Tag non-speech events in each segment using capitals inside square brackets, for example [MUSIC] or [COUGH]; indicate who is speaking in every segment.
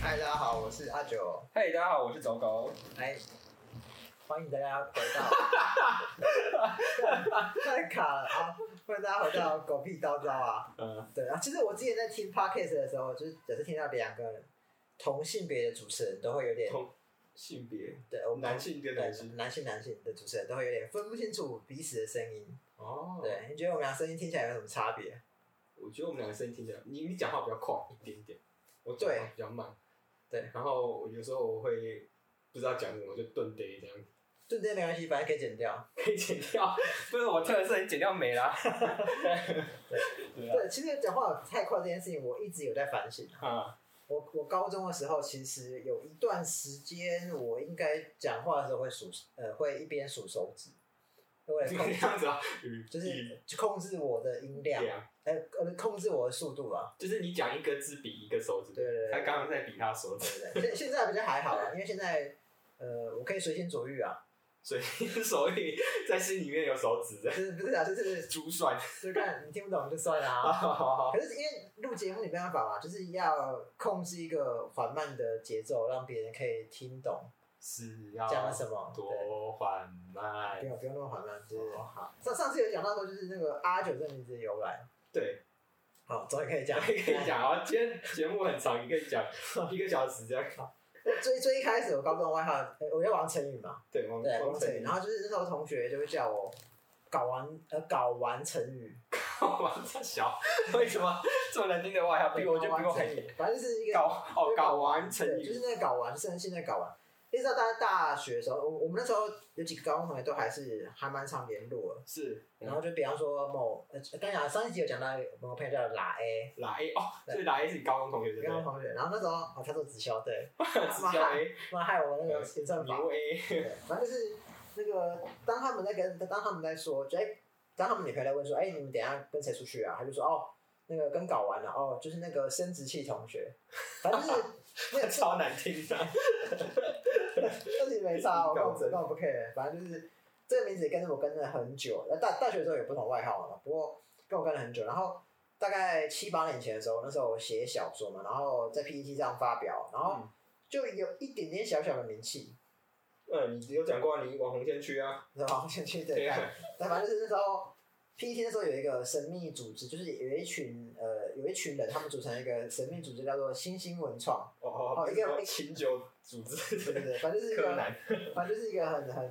Speaker 1: 嗨，大家好，我是阿九，
Speaker 2: 嘿，大家好，我是走狗。
Speaker 1: 来，欢迎大家回
Speaker 2: [LAUGHS]
Speaker 1: 到，太卡了啊！欢迎大家回到狗屁叨叨啊！
Speaker 2: 嗯，
Speaker 1: 对啊，其实我之前在听 podcast 的时候，就是只是听到两个同性别的主持人都会有点，
Speaker 2: 同性别，
Speaker 1: 对，我们
Speaker 2: 男性跟
Speaker 1: 对
Speaker 2: 男性。
Speaker 1: 男性男性的主持人都会有点分不清楚彼此的声音。
Speaker 2: 哦，，
Speaker 1: 对，你觉得我们俩声音听起来有什么差别？
Speaker 2: 我觉得我们两个声音听起来，你你讲话比较快一点点，我讲
Speaker 1: 对
Speaker 2: 话比较慢。
Speaker 1: 对，
Speaker 2: 然后我有时候我会不知道讲什么，就顿呆这样，
Speaker 1: 对对，没关系，反正可以剪掉。
Speaker 2: 可以剪
Speaker 1: [LAUGHS]
Speaker 2: 掉。不是我跳的声音剪掉没啦。对啊，
Speaker 1: 对，其实讲话太快这件事情，我一直有在反省。
Speaker 2: 啊，
Speaker 1: 我我高中的时候，其实有一段时间，我应该讲话的时候会数，呃，会一边数手指，为了
Speaker 2: 这
Speaker 1: 控
Speaker 2: [LAUGHS] 个样子啊，嗯
Speaker 1: 就是控制我的音量，
Speaker 2: 对啊，
Speaker 1: 呃呃，控制我的速度啊，
Speaker 2: 就是你讲一个字比一个手指，
Speaker 1: 对对对
Speaker 2: 他刚刚在比他手指，
Speaker 1: 对
Speaker 2: [LAUGHS]
Speaker 1: 不对？现现在比较还好啊了，因为现在呃，我可以随心所欲啊，
Speaker 2: 所以手艺在心里面有手指的
Speaker 1: 就是不是啊，就是
Speaker 2: 珠算。
Speaker 1: 就看你听不懂就算了
Speaker 2: 好
Speaker 1: 啊。
Speaker 2: 好好，
Speaker 1: 可是因为录节目你没办法嘛，就是要控制一个缓慢的节奏，让别人可以听懂
Speaker 2: 是要
Speaker 1: 讲了什么。对。
Speaker 2: 多缓
Speaker 1: 哎不
Speaker 2: 慢。
Speaker 1: 用不用那么缓慢，就是哦好。上上次有讲到说，就是那个阿九这个名字的由来，
Speaker 2: 对，
Speaker 1: 好，终于哦可以讲。
Speaker 2: 可以讲啊，今天节目很长，一个讲一个小时这样。
Speaker 1: [LAUGHS] 最最一开始我高中的外号，呃我叫王晨宇嘛，
Speaker 2: 对，王
Speaker 1: 对，王
Speaker 2: 王
Speaker 1: 晨
Speaker 2: 晨
Speaker 1: 宇。然后就是那时候同学就会叫我搞完呃搞完成语，
Speaker 2: 王大小，为什么这么难听的外号？比我就比我
Speaker 1: 搞完成
Speaker 2: 还
Speaker 1: 语，反正就是一个
Speaker 2: 搞哦，搞完成
Speaker 1: 对就是
Speaker 2: 语。
Speaker 1: 那个搞完，甚至现在搞完。一直到大家大学的时候，我我们那时候有几个高中同学都还是还蛮常联络的。
Speaker 2: 是，
Speaker 1: 然后就比方说某呃，刚讲上一集有讲到某个朋友叫拉 A，
Speaker 2: 来哦，所以来是你高中同学对不
Speaker 1: 高中
Speaker 2: 对？
Speaker 1: 同学，然后那时候哦他做 [LAUGHS] 直销，对，
Speaker 2: 直销 A，
Speaker 1: 妈害我那个演算法，
Speaker 2: 牛 A， [LAUGHS]
Speaker 1: 对反正就是那个当他们在跟当他们在说，就哎，当他们女朋友在问说，哎，你们等一下跟谁出去啊？他就说哦，那个跟搞完了哦，就是那个生殖器同学，反正就是 [LAUGHS] 那个
Speaker 2: 超难听的。
Speaker 1: 这己没
Speaker 2: [LAUGHS]
Speaker 1: 差，我哦根本根本不 care，反正就是这个名字也跟着我跟了很久，呃大大学的时候有不同外号嘛，不过跟我跟了很久，然后。大概七八年前的时候，那时候我写小说嘛，然后在 PPT 上发表，然后
Speaker 2: 嗯
Speaker 1: 就有一点点小小的名气，
Speaker 2: 嗯，你有讲过你网红先驱啊？
Speaker 1: 然 [LAUGHS] 后先去对
Speaker 2: 对
Speaker 1: 干
Speaker 2: 啊，
Speaker 1: 但反正就是那时候 PPT 那时候有一个神秘组织，就是有一群呃有一群人，他们组成一个神秘组织，叫做新兴文创，
Speaker 2: 哦
Speaker 1: 哦
Speaker 2: 哦，
Speaker 1: 一个
Speaker 2: 不是清酒组
Speaker 1: 对
Speaker 2: 织
Speaker 1: 对
Speaker 2: 的
Speaker 1: 对，反正就是一
Speaker 2: 柯
Speaker 1: 个
Speaker 2: 南。
Speaker 1: 反正就是一个很很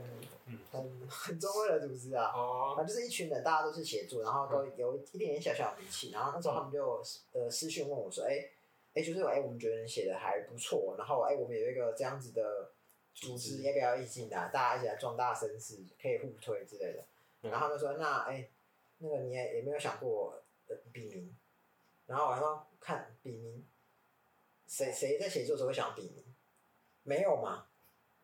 Speaker 2: 嗯
Speaker 1: 很很中二的组织啊。
Speaker 2: 哦，
Speaker 1: 反正就是一群人，大家都是写作，然后都有一点点小小的名气。然后那时候他们就呃私讯问我说：“哎、哎、就是哎、我们觉得你写的还不错，然后哎、我们有一个这样子的组织，要不要一起来？大家一起来壮大声势，可以互推之类的。”
Speaker 2: 嗯
Speaker 1: 然后他们说：“那哎、那个你也也没有想过、呃、笔名？”然后我说：“看笔名，谁谁在写作的时候会想笔名？没有嘛，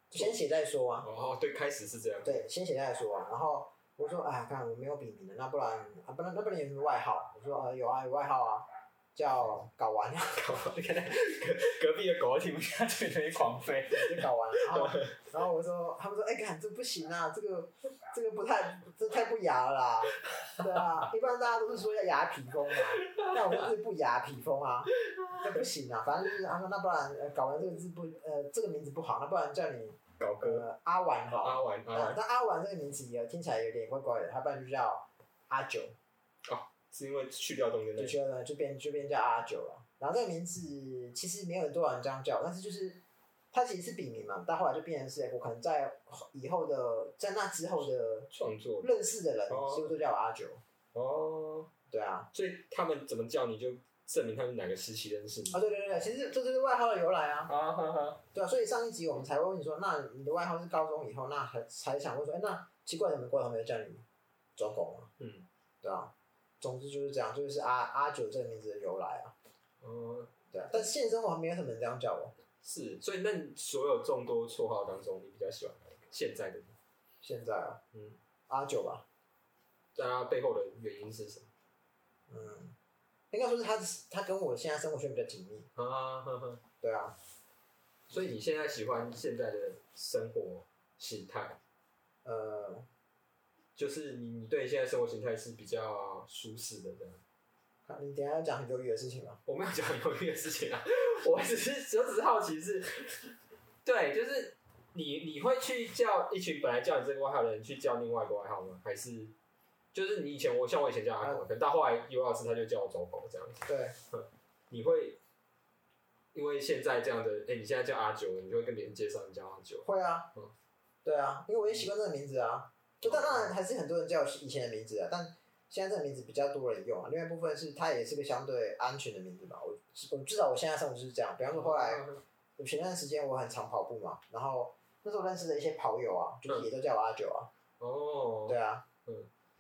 Speaker 1: 就先写再说啊。”
Speaker 2: 哦，对，开始是这样。
Speaker 1: 对，先写再说啊。然后我说，哎，看我没有笔名的，那不然啊，不然那不然有什么外号？我说，呃，有啊，有外号啊，叫搞完啊， [LAUGHS]
Speaker 2: 你看隔隔壁的狗听不下去，在那边狂吠。
Speaker 1: 就搞完了。然后，然后我说，他们说，哎，看这不行啊，这个这个不太，这太不雅了啦。对啊，一般大家都是说要雅痞风嘛，但我就是不雅痞风啊，那不行啊。反正就是他说，那不然、呃、搞完这个字不，呃，这个名字不好，那不然叫你
Speaker 2: 狗哥，
Speaker 1: 呃阿婉好了。
Speaker 2: 阿玩阿
Speaker 1: 但
Speaker 2: 玩，
Speaker 1: 但阿婉这个名字也听起来有点怪怪的，他不然就叫阿九。
Speaker 2: 是因为去掉中间的
Speaker 1: 就。觉得就变就变叫阿九了。然后这个名字其实没有很多人这样叫，但是就是它其实是笔名嘛，但后来就变成是我可能在以后的在那之后的
Speaker 2: 创作
Speaker 1: 认识的人，
Speaker 2: 哦
Speaker 1: 几乎都叫我阿九。
Speaker 2: 哦，
Speaker 1: 对啊，
Speaker 2: 所以他们怎么叫你就证明他们哪个时期认识你
Speaker 1: 啊对对对对，其实这就是外号的由来啊。
Speaker 2: 啊哈哈，
Speaker 1: 对啊，所以上一集我们才会问你说，那你的外号是高中以后，那还才想问说，哎，那奇怪，你们国中没有叫你走狗吗？
Speaker 2: 嗯，
Speaker 1: 对啊，总之就是这样，就是阿阿九这个名字的由来啊。
Speaker 2: 哦，
Speaker 1: 对啊，但是现实生活没有什么人这样叫哦我。
Speaker 2: 是，所以那你所有众多绰号当中，你比较喜欢哪一个现在的你？
Speaker 1: 现在啊，
Speaker 2: 嗯，
Speaker 1: 阿九吧，
Speaker 2: 但他背后的原因是什么？
Speaker 1: 嗯，应该说是他他跟我现在生活圈比较紧密，
Speaker 2: 啊哈哈，
Speaker 1: 对啊，
Speaker 2: 所以你现在喜欢现在的生活形态，
Speaker 1: 呃，
Speaker 2: 就是你你对现在生活形态是比较舒适的这样。
Speaker 1: 啊你等一下要讲很忧郁的事情吗？
Speaker 2: 我没有讲犹豫的事情啊，我只是我只是好奇是，对，就是你你会去叫一群本来叫你这个外号的人去叫另外一个外号吗？还是就是你以前我像我以前叫阿狗，可能到后来有老师他就叫我走狗这样子，
Speaker 1: 对，
Speaker 2: 你会因为现在这样的，哎、你现在叫阿九，你就会跟别人介绍你叫阿九，
Speaker 1: 会啊
Speaker 2: 嗯，
Speaker 1: 对啊，因为我也习惯这个名字啊。就但当然还是很多人叫我以前的名字啊，但现在这个名字比较多人用啊。另外一部分是它也是个相对安全的名字吧。我我至少我现在上就是这样。比方说后
Speaker 2: 嗯
Speaker 1: 来我前段时间我很常跑步嘛，然后那时候认识的一些跑友啊，就是也都叫我阿九啊。
Speaker 2: 哦，
Speaker 1: 对，啊，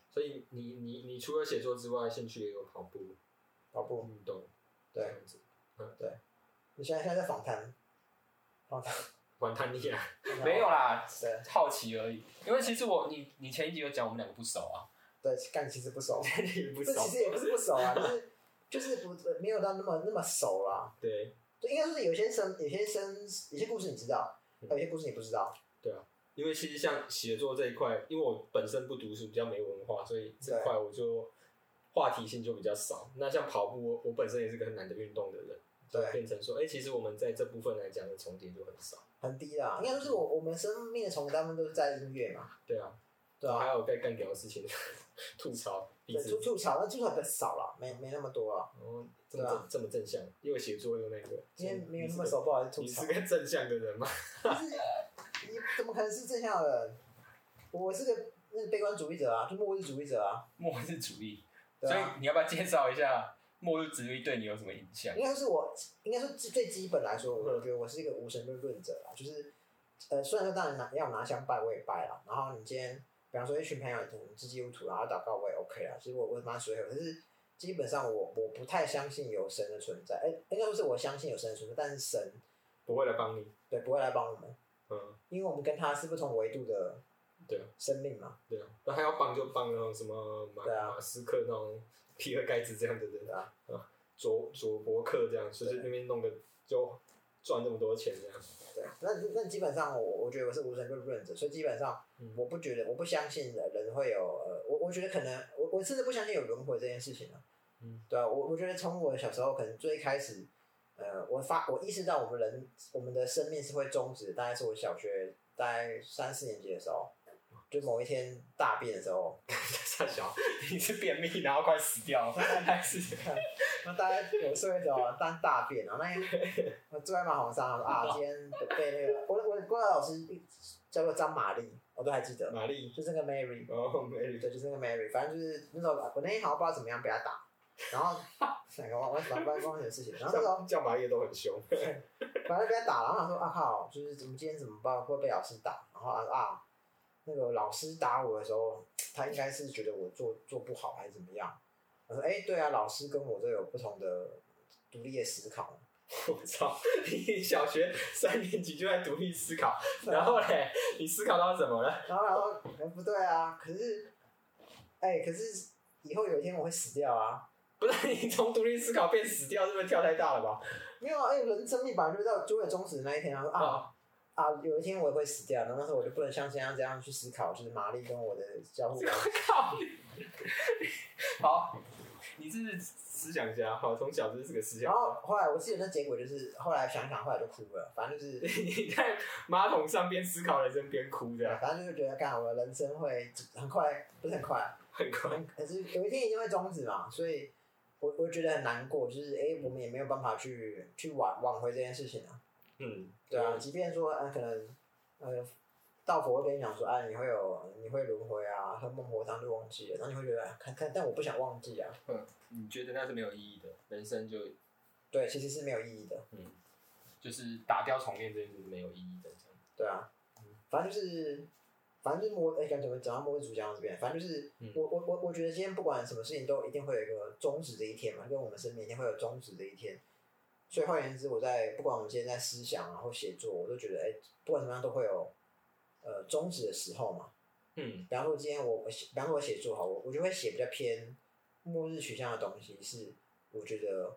Speaker 2: 所以你你你除了写作之外，兴趣也有跑步
Speaker 1: 跑步。
Speaker 2: 运动，
Speaker 1: 对
Speaker 2: 这样子，
Speaker 1: 你现在现在在访谈，访谈
Speaker 2: 玩探你啊，
Speaker 1: 访谈
Speaker 3: 没有啦，
Speaker 1: 对
Speaker 3: 好奇而已。因为其实我你你前一集有讲我们两个不熟啊，
Speaker 1: 对，干其实不熟，
Speaker 2: 你 [LAUGHS] 不
Speaker 1: 这
Speaker 2: 熟
Speaker 1: 其，实也不是不熟啊，就是就是不没有到那么那么熟啦。
Speaker 2: 对。
Speaker 1: 就应该说是有些生有些生有些故事你知道，
Speaker 2: 嗯
Speaker 1: 有些故事你不知道。
Speaker 2: 因为其实像写作这一块，因为我本身不读书，比较没文化，所以这
Speaker 1: 对
Speaker 2: 块我就话题性就比较少。那像跑步，我我本身也是个很懒得运动的人，就
Speaker 1: 对
Speaker 2: 变成说，哎、其实我们在这部分来讲的重叠就很少。
Speaker 1: 很低啦，应该就是我我们生命的重大部分都是在音乐嘛，
Speaker 2: 对啊，
Speaker 1: 对
Speaker 2: 还
Speaker 1: 啊，
Speaker 2: 有该干掉的事情， [LAUGHS] 吐槽彼
Speaker 1: 对
Speaker 2: 此
Speaker 1: 吐，吐槽，但吐槽比较少了，没没那么多了，
Speaker 2: 哦，这么
Speaker 1: 对
Speaker 2: 正、
Speaker 1: 啊
Speaker 2: 这么正向，又写作又那个，
Speaker 1: 因为
Speaker 2: 所以
Speaker 1: 没有那
Speaker 2: 你是
Speaker 1: 么
Speaker 2: 个
Speaker 1: 熟，不好意思吐
Speaker 2: 你
Speaker 1: 槽
Speaker 2: 是。个正向的人吗？
Speaker 1: 但是你怎么可能是正向的人？我是个那个悲观主义者啊，就末日主义者啊，
Speaker 3: 末日主义。
Speaker 1: 对
Speaker 3: 所
Speaker 1: 啊。
Speaker 3: 以你要不要介绍一下末日主义对你有什么影响？
Speaker 1: 应该是我，应该说最最基本来说，我
Speaker 2: 嗯
Speaker 1: 觉得我是一个无神论论者啦，就是，呃，虽然说当然拿要拿香拜我也拜啦，然后你今天，比方说一群朋友可能是基督徒，然后祷告我也 OK 啦，其实我我蛮随和，但是基本上我我不太相信有神的存在，哎、应该说是我相信有神的存在，但是神
Speaker 2: 不会来帮你，
Speaker 1: 对不会来帮我们，
Speaker 2: 嗯，
Speaker 1: 因为我们跟他是不同维度的
Speaker 2: 对啊，
Speaker 1: 生命嘛，
Speaker 2: 对啊，那还要帮就帮那种什么马、
Speaker 1: 对啊
Speaker 2: 马斯克那种比尔盖茨这样的人嗯
Speaker 1: 对。啊吧、
Speaker 2: 佐佐伯克这样，就是那边弄个就赚那么多钱这样。 [LAUGHS]
Speaker 1: 对，啊那那基本上我我觉得我是无神论论者，所以基本上
Speaker 2: 嗯
Speaker 1: 我不觉得，我不相信人人会有呃，我我觉得可能我我甚至不相信有轮回这件事情了、
Speaker 2: 嗯，
Speaker 1: 对啊，我我觉得从我小时候可能最开始，呃，我发我意识到我们人我们的生命是会终止，大概是我小学大概三四年级的时候，就某一天大便的时候，
Speaker 2: 傻小，
Speaker 3: 你是便秘然后快死掉
Speaker 1: [LAUGHS]
Speaker 3: 了，还是
Speaker 1: 那大概有时候会找当大便啊，
Speaker 2: [LAUGHS]
Speaker 1: 那天我坐在马桶上啊，今天被那个我的我的国小老师叫做张玛丽，我都还记得，
Speaker 2: 玛丽，
Speaker 1: 就是那个 Mary，
Speaker 2: 然后美
Speaker 1: 对，
Speaker 2: 女，
Speaker 1: 就是那个 Mary，反正就是那时候我那天好像不知道怎么样被他打，然后那个我我反正忘记的事情，然后那时候
Speaker 2: 叫叫玛丽都很凶。 [LAUGHS]
Speaker 1: 反正被他打，然后想说啊靠，就是怎么今天怎么办会被老师打，然后啊啊那个老师打我的时候，他应该是觉得我做做不好还是怎么样？我说哎、对啊，老师跟我都有不同的独立的思考，
Speaker 2: 我操！你小学三年级就在独立思考，
Speaker 1: 啊
Speaker 2: 然后嘞，你思考到什么了？
Speaker 1: 然后然后哎不对啊，可是哎、可是以后有一天我会死掉啊，
Speaker 2: 不是你从独立思考变死掉，是不是跳太大了吧？
Speaker 1: 没有啊，哎、人生命本来就到就会终止的那一天，然后说啊。啊，有一天我也会死掉，然后那时候我就不能像现在这样去思考，就是玛丽跟我的交互关系。
Speaker 3: 靠？好，你是
Speaker 2: 思想家，好，从小就是个思想 [LAUGHS]
Speaker 1: 然后
Speaker 2: 家。，
Speaker 1: 后来我记得那结果就是，后来想想，后来就哭了，反正就是
Speaker 2: 你在马桶上边思考人生边哭这样，
Speaker 1: 反正就是觉得，干我的人生会很快，不是很快，
Speaker 2: 很快。
Speaker 1: 很可是有一天一定会终止嘛，所以我我觉得很难过，就是哎、诶我们也没有办法去去挽挽回这件事情啊，
Speaker 2: 嗯，
Speaker 1: 对啊，即便说呃可能呃道佛会跟你讲说，啊，你会有你会轮回啊，喝孟婆汤就忘记了，然后你会觉得，看看，但我不想忘记啊，
Speaker 3: 你觉得那是没有意义的，人生就
Speaker 1: 对，其实是没有意义的。
Speaker 3: 嗯，就是打掉重练这件事是没有意义的，这样。
Speaker 1: 对啊，反正就是，反正就是末，哎、感觉我们讲到末日主讲到这边，反正就是，
Speaker 2: 嗯
Speaker 1: 我我我我觉得今天不管什么事情都一定会有一个终止的一天嘛，跟我们生命一定会有终止的一天。所以换言之，我在不管我们现在在思想啊或写作，我都觉得，哎、不管怎么样都会有呃终止的时候嘛。
Speaker 2: 嗯，
Speaker 1: 比方说今天我我写，比方说我写作好，我我就会写比较偏末日取向的东西，是我觉得，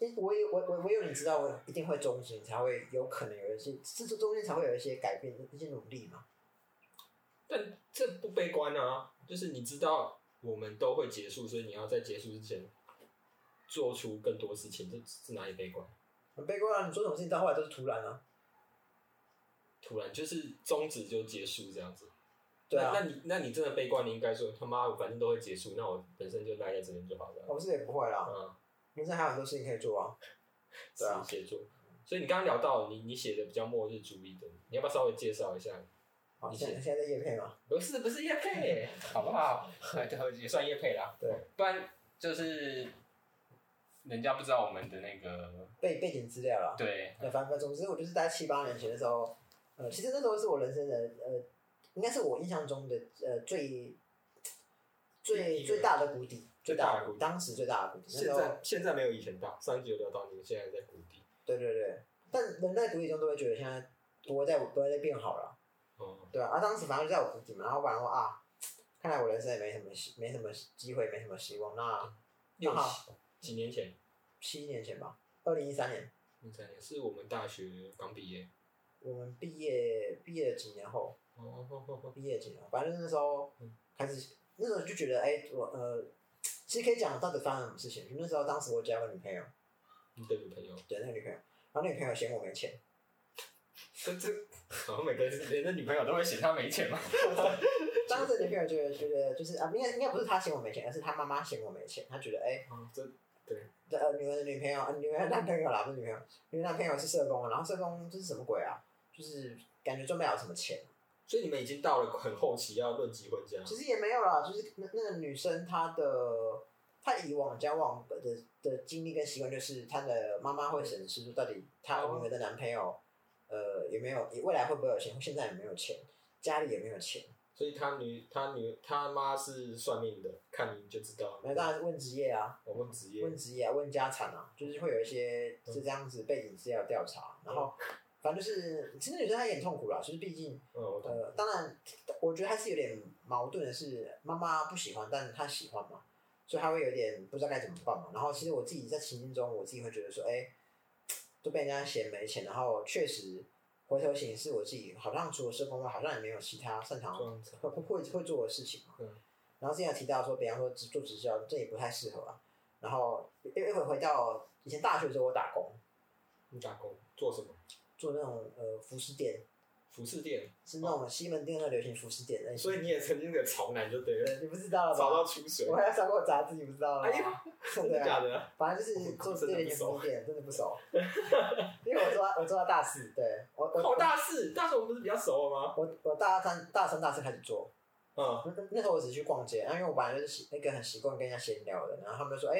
Speaker 1: 诶我有我我我有你知道，我一定会中心才会有可能有一些，这这中间才会有一些改变，一些努力嘛。
Speaker 2: 但这不悲观啊，就是你知道我们都会结束，所以你要在结束之前做出更多事情，这是哪里悲观？
Speaker 1: 很悲观啊！你做什么事情到后来都是突然啊。
Speaker 2: 突然就是终止就结束这样子。
Speaker 1: 对啊
Speaker 2: 那，那你那你真的悲观，你应该说他妈我反正都会结束，那我本身就待在这边就好了。
Speaker 1: 我是也哦不会啦，
Speaker 2: 嗯，
Speaker 1: 人生还有很多事情可以做啊。对啊
Speaker 2: 自己写作。所以你刚刚聊到你你写的比较末日主义的，你要不要稍微介绍一下？
Speaker 1: 好，
Speaker 2: 你
Speaker 1: 哦现在
Speaker 2: 是
Speaker 1: 现在在夜配嘛？
Speaker 2: 不是不是叶
Speaker 1: [LAUGHS]
Speaker 2: 佩，
Speaker 3: 好不好？哎对，也算业配啦。
Speaker 1: 对，
Speaker 3: 不然就是人家不知道我们的那个
Speaker 1: 背背景资料啦。
Speaker 3: 对，
Speaker 1: 对，反正总之我就是在七八年前的时候，呃，其实那时候是我人生的呃，应该是我印象中的呃最
Speaker 2: 第
Speaker 1: 最
Speaker 2: 一个
Speaker 1: 最大的谷底，
Speaker 2: 最
Speaker 1: 最
Speaker 2: 大的
Speaker 1: 大的
Speaker 2: 谷
Speaker 1: 谷底，
Speaker 2: 底
Speaker 1: 当时最大的谷底。那
Speaker 2: 现
Speaker 1: 时候
Speaker 2: 在现在没有以前大，上一集有聊到你现在在谷底。
Speaker 1: 对对对，但人在谷底中都会觉得现在不会再不会再变好了，
Speaker 2: 哦，
Speaker 1: 对啊，啊，当时反正就在我谷底嘛，然后反正我啊，看来我人生也没什么希没什么机会，没什么希望。那
Speaker 2: 六
Speaker 1: 那好
Speaker 2: 几几年前，
Speaker 1: 七年前吧，二零一三年，
Speaker 2: 零三年是我们大学刚毕业。
Speaker 1: 我们毕业毕业了几年后，
Speaker 2: 哦哦哦哦，
Speaker 1: 毕业几年后，反正那时候开始，那时候就觉得，哎、我呃，其实可以讲到底发生什么事情。就那时候，当时我交个女朋友，
Speaker 2: 你的女朋友，
Speaker 1: 对，那个女朋友，然后那个女朋友嫌我没钱，
Speaker 2: 这这，好像每个人
Speaker 3: 连那女朋友都会嫌他没
Speaker 1: [LAUGHS]
Speaker 3: 钱嘛。
Speaker 1: 当时的女朋友觉得觉得就是啊，应该应该不是她嫌我没钱，而是她妈妈嫌我没钱，她觉得哎。
Speaker 2: 哦这
Speaker 1: 对呃，女儿的女朋友，呃女儿的男朋友啦，不是女朋友，女儿男朋友是社工，然后社工这是什么鬼啊？就是感觉赚不了什么钱，
Speaker 2: 所以你们已经到了很后期要论及婚这样
Speaker 1: 其。实也没有啦，就是那那个女生她的她以往交往的的的经历跟习惯，就是她的妈妈会审视说到底她
Speaker 2: 哦
Speaker 1: 女儿的男朋友，呃，有没有未来会不会有钱，现在有没有钱，家里有没有钱，
Speaker 2: 所以他女他女他妈是算命的，看你就知道。
Speaker 1: 那当然是问职业啊，
Speaker 2: 我问职业
Speaker 1: 问，职业啊，问家产啊，就是会有一些是这样子背景资料调查，然后反正就是其实女生她也很痛苦啦，就是毕竟。
Speaker 2: 嗯，我懂。
Speaker 1: 呃，当然，我觉得还是有点矛盾的是，妈妈不喜欢，但她喜欢嘛，所以她会有点不知道该怎么办嘛。然后其实我自己在情境中，我自己会觉得说，哎、都被人家嫌没钱，然后确实回头显示我自己好像除了社工外，好像也没有其他擅长
Speaker 2: 这样子
Speaker 1: 会会会做的事情嘛。
Speaker 2: 嗯
Speaker 1: 然后之前有提到说，比方说只做直销，这也不太适合啊。然后又又回回到以前大学的时候，我打工
Speaker 2: 你打工做什么？
Speaker 1: 做那种呃服饰店，
Speaker 2: 服饰店。
Speaker 1: 是那种西门町的流行服饰店，那
Speaker 2: 所以你也曾经的潮男就对了，
Speaker 1: 对，你不知道了吧？
Speaker 2: [LAUGHS] 潮到出水
Speaker 1: 我。还要上过杂志，你不知道吗？
Speaker 2: 哎呦真
Speaker 1: 对
Speaker 2: 的假
Speaker 1: 啊，
Speaker 2: 的？
Speaker 1: 反正就是做这类的服
Speaker 2: 我
Speaker 1: 务店，真的不熟。因为我做到我做到大四，对我
Speaker 2: 靠
Speaker 1: 我
Speaker 2: 大四，大四我们不是比较熟了吗？
Speaker 1: 我我大三大三大四开始做，
Speaker 2: 嗯，
Speaker 1: 那那时候我只是去逛街，啊然后因为我本来就是习那个很习惯跟人家闲聊的，然后他们就说，哎、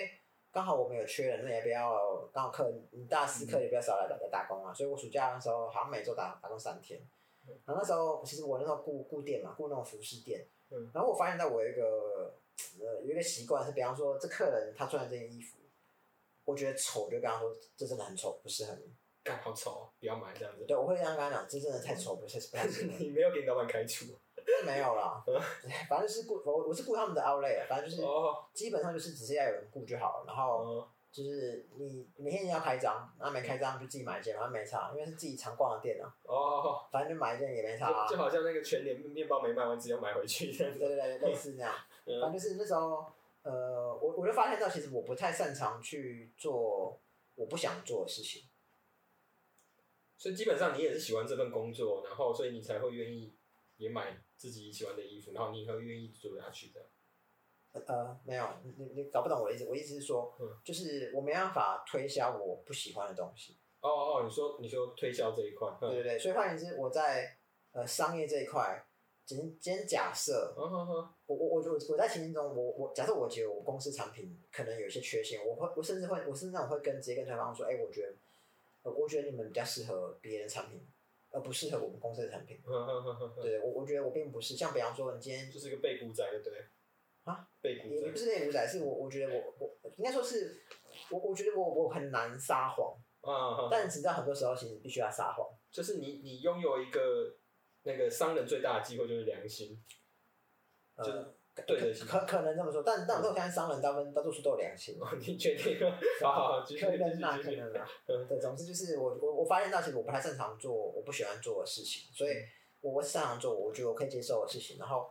Speaker 1: 刚好我们有缺人，那也不要刚好课，你大四课也不要少来打来打工啊。所以我暑假那时候好像每周打打工三天，然后那时候其实我那时候雇雇店嘛，雇那种服饰店
Speaker 2: 嗯，
Speaker 1: 然后我发现到我有一个呃有一个习惯是，比方说这客人他穿的这件衣服，我觉得丑，我就跟他说这真的很丑，不适合你。
Speaker 2: 干好丑，哦不要买这样子。 [LAUGHS]
Speaker 1: 对，我会这样跟他讲，这真的太丑，不是不太适合你。
Speaker 2: 你没有给你老板开除
Speaker 1: 没有啦，反正就是雇我我是雇他们的 outlet，啊反正就是。
Speaker 2: 哦
Speaker 1: 基本上就是只是要有人雇就好了，然后
Speaker 2: 哦，
Speaker 1: 就是你每天你要开张，那没开张就自己买一件，反正没差，因为是自己常逛的店啊，
Speaker 2: 哦，
Speaker 1: 反正就买一件也没差、啊
Speaker 2: 就。就好像那个全年面包没卖完，只要买回去这样
Speaker 1: 对
Speaker 2: 子。
Speaker 1: 对对，类似这样。
Speaker 2: [LAUGHS] 嗯
Speaker 1: 反正就是那时候，呃，我我就发现到其实我不太擅长去做我不想做的事情。
Speaker 2: 所以基本上你也是喜欢这份工作，然后所以你才会愿意也买自己喜欢的衣服，然后你会愿意做下去的。
Speaker 1: 呃，没有，你你你搞不懂我的意思。我意思是说
Speaker 2: 嗯，
Speaker 1: 就是我没办法推销我不喜欢的东西。
Speaker 2: 哦哦，你说你说推销这一块，
Speaker 1: 对
Speaker 2: 嗯
Speaker 1: 对对，所以换言之，我在呃商业这一块，今今天假设，
Speaker 2: 哦哦哦，
Speaker 1: 我我我我我在情境中，我我假设我觉得我公司产品可能有一些缺陷，我会我甚至会我甚至那种会跟直接跟对方说，哎、我觉得、呃我觉得你们比较适合别人的产品，而不适合我们公司的产品。
Speaker 2: 嗯嗯嗯嗯嗯
Speaker 1: 对，我我觉得我并不是像比方说你今天
Speaker 2: 就是一个背骨仔，对不对？ [LAUGHS]
Speaker 1: 啊，
Speaker 2: 背骨
Speaker 1: 你你不
Speaker 2: 仔，
Speaker 1: 是那五仔，是我我觉得我我应该说是我我觉得我我很难撒谎，
Speaker 2: 啊，
Speaker 1: 但实际上很多时候其实必须要撒谎。
Speaker 2: 就是你你拥有一个那个商人最大的机会就是良心， [LAUGHS]
Speaker 1: 呃
Speaker 2: 就是对嗯得起
Speaker 1: 可可可能这么说，但但我都相信商人大部分大多数都有良心。
Speaker 2: 哦你确定吗？好好
Speaker 1: [LAUGHS]
Speaker 2: 好，继续
Speaker 1: 可
Speaker 2: 继
Speaker 1: 能啊，
Speaker 2: 续
Speaker 1: 可
Speaker 2: 继续。
Speaker 1: 能啊。对，总之就是我我我发现到其实我不太擅长做我不喜欢做的事情，所以我我擅长做我觉得我可以接受的事情。然后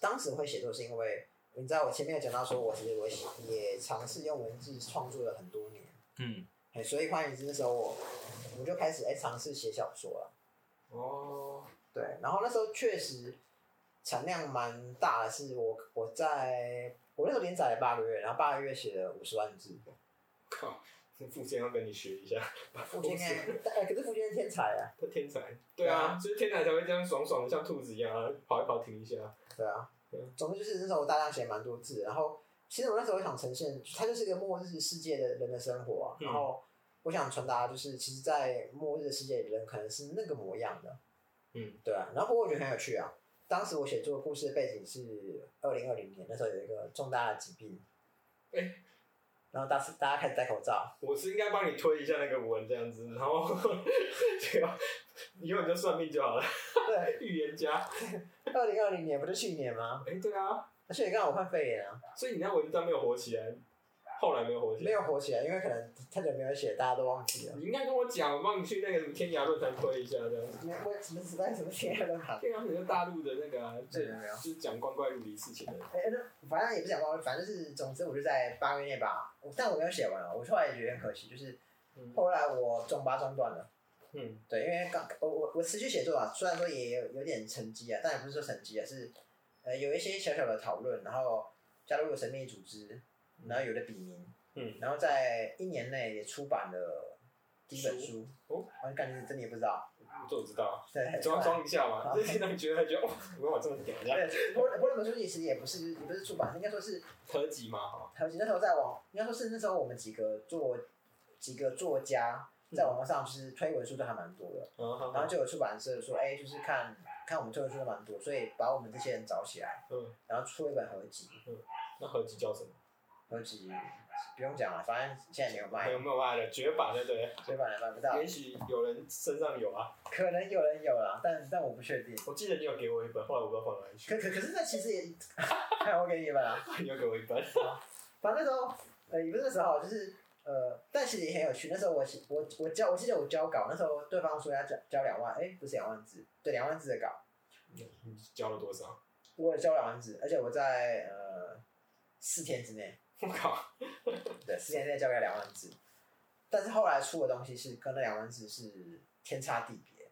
Speaker 1: 当时会写作是因为你知道我前面有讲到说，我其实我写也尝试用文字创作了很多年，
Speaker 3: 嗯，
Speaker 1: 哎，所以换言之，那时候我我就开始哎尝试写小说了，
Speaker 2: [LAUGHS] 哦，
Speaker 1: 对，然后那时候确实产量蛮大的，是我我在我那时候连载了八个月，然后八个月写了五十万字，
Speaker 2: 靠，那付坚要跟你学一下，
Speaker 1: 傅坚 [LAUGHS] 哎，可是傅坚是天才啊，
Speaker 2: 他天才，对啊，就是天才才会这样爽爽的，像兔子一样啊，跑一跑停一下，
Speaker 1: 对啊
Speaker 2: 对，
Speaker 1: 总之就是那时候我大量写蛮多字，然后其实我那时候想呈现，它就是一个末日世界的人的生活啊、
Speaker 2: 嗯
Speaker 1: 然后我想传达就是，其实，在末日的世界里，人可能是那个模样的，
Speaker 2: 嗯，
Speaker 1: 对啊，然后我觉得很有趣啊。当时我写作的故事的背景是二零二零年，那时候有一个重大的疾病，
Speaker 2: 哎
Speaker 1: 然后当时大家开始戴口罩，
Speaker 2: 我是应该帮你推一下那个文这样子，然后这个以后你就算命就好了，
Speaker 1: 对，
Speaker 2: 预言家，
Speaker 1: 二零二零年不就去年吗？
Speaker 2: 哎、对啊，
Speaker 1: 而且刚好我患肺炎啊，
Speaker 2: 所以你那文章没有火起来，后来没有火起
Speaker 1: 没
Speaker 2: 来。
Speaker 1: 有火起来，因为可能太久没有写，大家都忘记了。
Speaker 2: 你应该跟我讲，我帮你去那个什么天涯论坛推一下这样子。
Speaker 1: 我我什么时代什么天都
Speaker 2: [LAUGHS]
Speaker 1: 好。
Speaker 2: 天涯论坛是大陆的那个、啊，就
Speaker 1: 对没有
Speaker 2: 就是讲光怪陆离事情的。
Speaker 1: 哎、那反正也不想忘，反正就是，总之我就在八个月内吧，我但我没有写完了，啊我后来也觉得很可惜，就是
Speaker 2: 嗯
Speaker 1: 后来我中八中断了，
Speaker 2: 嗯
Speaker 1: 对，因为刚我我我持续写作啊，虽然说也有有点成绩啊，但也不是说成绩啊，是呃有一些小小的讨论，然后加入了神秘组织，然后有了笔名，
Speaker 2: 嗯，
Speaker 1: 然后在一年内也出版了第一本书，
Speaker 2: 哦，
Speaker 1: 我感觉真的也不知道，
Speaker 2: 这我知道，
Speaker 1: 对，
Speaker 2: 装装一下嘛，
Speaker 1: 好
Speaker 2: 就是 [LAUGHS] 哦让你觉得觉得哇，我这么屌这样。
Speaker 1: [LAUGHS] 对，我我那本书其实也不是也不是出版，应该说是
Speaker 2: 合集嘛，哈，
Speaker 1: 还有那时候在网，应该说是那时候我们几个作几个作家在网络上就是推文书都还蛮多的，
Speaker 2: 嗯哼
Speaker 1: 然后就有出版社说，哎、就是看看我们推文书都蛮多，所以把我们这些人找起来，
Speaker 2: 嗯，
Speaker 1: 然后出一本合集，
Speaker 2: 那合集叫什么？
Speaker 1: 合集不用讲了，反正现在没有卖
Speaker 2: 有，没有卖的绝版对不对？
Speaker 1: 所以版也卖不到，
Speaker 2: 也许有人身上有啊，
Speaker 1: 可能有人有了，但但我不确定。
Speaker 2: 我记得你有给我一本，后来我不知道放哪里去 [LAUGHS]
Speaker 1: 可，可可是那其实也， [LAUGHS] 看我给你吧啊，
Speaker 2: 你有给我一本，
Speaker 1: 反正那时候呃也不是那时候，就是呃，但其实也很有趣。那时候我写我我交我记得我交稿，那时候对方说要交交两万，哎、不是两万字，对两万字的稿，
Speaker 2: 你交了多少？
Speaker 1: 我也交两万字，而且我在呃四天之内，
Speaker 2: [LAUGHS] 我靠，
Speaker 1: 对，四天之内交给他两万字。但是后来出的东西是跟那两万字是天差地别，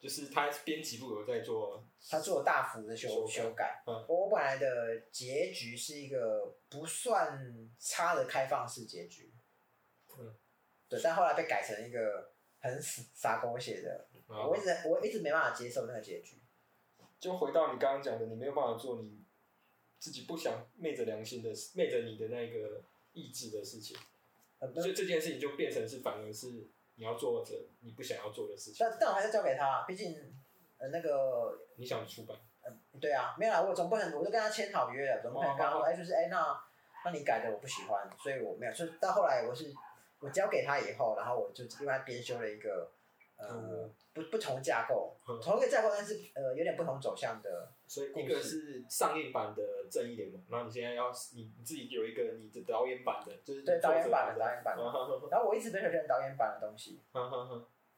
Speaker 2: 就是他编辑部有在做，
Speaker 1: 他做了大幅的修
Speaker 2: 修改
Speaker 1: 修改。
Speaker 2: 嗯
Speaker 1: 我我本来的结局是一个不算差的开放式结局，
Speaker 2: 嗯
Speaker 1: 对，但后来被改成一个很死傻狗血的，
Speaker 2: 然后
Speaker 1: 我一直我一直没办法接受那个结局。
Speaker 2: 就回到你刚刚讲的，你没有办法做你自己不想昧着良心的、昧着你的那个意志的事情，
Speaker 1: 呃不
Speaker 2: 所
Speaker 1: 是
Speaker 2: 以这件事情就变成是反而是你要做着你不想要做的事情，
Speaker 1: 但但我还是交给他，啊毕竟呃那个
Speaker 2: 你想出版，
Speaker 1: 对啊，没有啦，我总不能，我都跟他签好约了，总不能
Speaker 2: 哦
Speaker 1: 跟他说，哎、就是哎、那那你改的我不喜欢，所以我没有。所以到后来我是我交给他以后，然后我就另外编修了一个呃
Speaker 2: 嗯
Speaker 1: 不不同架构，
Speaker 2: 嗯
Speaker 1: 同一个架构，但是呃有点不同走向的，
Speaker 2: 所以一个是上映版的《正义联盟》，然后你现在要你你自己有一个你的导演版的，就是
Speaker 1: 对
Speaker 2: 作
Speaker 1: 导
Speaker 2: 者
Speaker 1: 演版的导演版的。
Speaker 2: 的，
Speaker 1: 然后我一直没有认导演版的东西，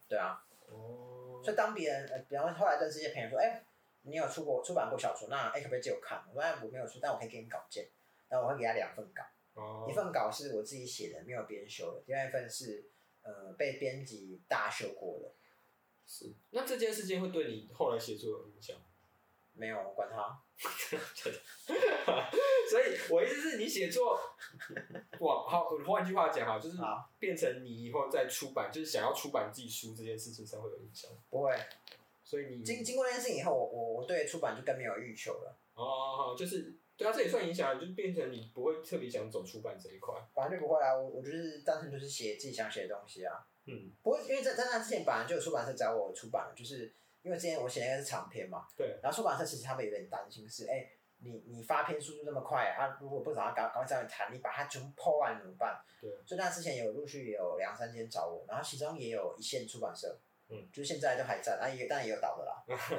Speaker 1: 对啊，
Speaker 2: 哦，
Speaker 1: 所以当别人呃，比方说后来认识一些朋友说，哎、你有出过出版过小说，那哎、可不可以借我看？我说哎我没有出，但我可以给你稿件，然后我会给他两份稿。
Speaker 2: 哦
Speaker 1: 一，份稿是我自己写的，没有编修的；，另外一份是呃被编辑大修过的，
Speaker 2: 是，那这件事情会对你后来写作有影响吗？
Speaker 1: 没有管他。
Speaker 2: [LAUGHS] 所以我意思是你写 [LAUGHS] 作，哇，好，换句话讲哈，就是
Speaker 1: 好
Speaker 2: 变成你以后再出版，就是想要出版自己书这件事情才会有影响。
Speaker 1: 不会，
Speaker 2: 所以你
Speaker 1: 经经过那件事情以后，我我我对出版就更没有欲求了，
Speaker 2: 哦，就是对啊，这也算影响，就变成你不会特别想走出版这一块。
Speaker 1: 反正就不会啦。啊我我就是单纯就是写自己想写的东西啊。
Speaker 2: 嗯，
Speaker 1: 不过因为在在那之前，本来就有出版社找我出版了，就是因为之前我写那个是长篇嘛，
Speaker 2: 对。
Speaker 1: 然后出版社其实他们有点担心是，哎、你你发篇速度那么快啊，如果不找他赶赶快找你谈，你把它全部破完怎么办？
Speaker 2: 对，
Speaker 1: 所以那之前有陆续有两三间找我，然后其中也有一线出版社，
Speaker 2: 嗯，
Speaker 1: 就是现在都还在，啊也当然也有倒的啦，
Speaker 2: 就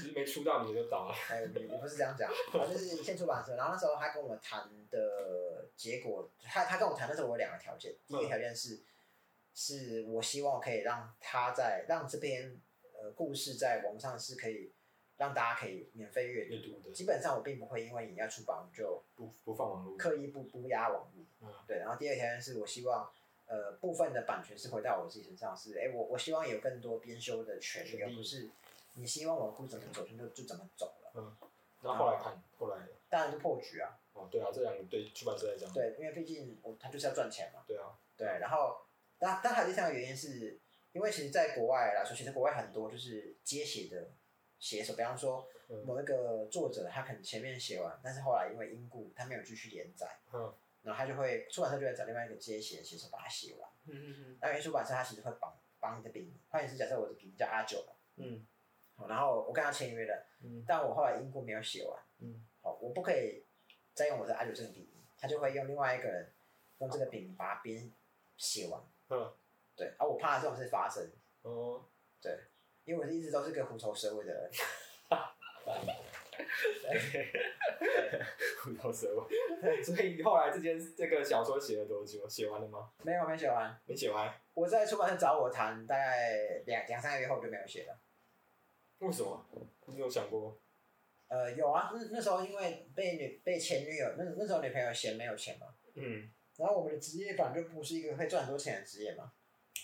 Speaker 2: 是没出到你就倒了。
Speaker 1: 哎我我不是这样讲，反正就是一线出版社，然后那时候他跟我谈的结果，他他跟我谈的时候我有两个条件，第一个条件是，是我希望可以让他在让这边呃故事在网上是可以让大家可以免费阅
Speaker 2: 阅
Speaker 1: 读。
Speaker 2: 读的
Speaker 1: 基本上我并不会因为你要出版，我就
Speaker 2: 不不放网络，
Speaker 1: 刻意不不压网络。
Speaker 2: 嗯
Speaker 1: 对，然后第二条是我希望，呃，部分的版权是回到我自己身上，是哎，我我希望有更多编修的权利，
Speaker 2: 权利
Speaker 1: 而不是你希望我故怎么走就就怎么走了。
Speaker 2: 然后后来看后来
Speaker 1: 当然是破局啊，
Speaker 2: 哦对啊，这两个对出版社来讲，
Speaker 1: 对，因为毕竟我他就是要赚钱嘛。
Speaker 2: 对啊，
Speaker 1: 对，然后但但还有第三个原因是，因为其实在国外来说，其实国外很多就是接写的写手，比方说
Speaker 2: 嗯
Speaker 1: 某一个作者，他可能前面写完，但是后来因为因故他没有继续连载，
Speaker 2: 嗯
Speaker 1: 然后他就会出版社就会找另外一个接写的写手把它写完。
Speaker 2: 嗯
Speaker 1: 那原出版社他其实会帮帮你的笔名，换言之，假设我的笔名叫阿九，
Speaker 2: 嗯
Speaker 1: 好然后我跟他签约了，
Speaker 2: 嗯
Speaker 1: 但我后来因故没有写完，
Speaker 2: 嗯
Speaker 1: 好，我不可以再用我的阿九这个笔名，他就会用另外一个人用这个笔名把它编写完。
Speaker 2: 嗯
Speaker 1: 对，啊，我怕这种事发生，
Speaker 2: 哦，
Speaker 1: 对，因为我一直都是个虎头蛇尾的人，
Speaker 2: 虎头蛇尾， [LAUGHS] 所以后来这件这个小说写了多久？写完了吗？
Speaker 1: 没有没写完。
Speaker 2: 没写完，
Speaker 1: 我在出版社找我谈，大概两两三个月后我就没有写了。
Speaker 2: 为什么？你有想过？
Speaker 1: 呃，有啊，那那时候因为被女被前女友，那那时候女朋友嫌没有钱嘛，
Speaker 2: 嗯，
Speaker 1: 然后我们的职业本来就不是一个会赚很多钱的职业嘛。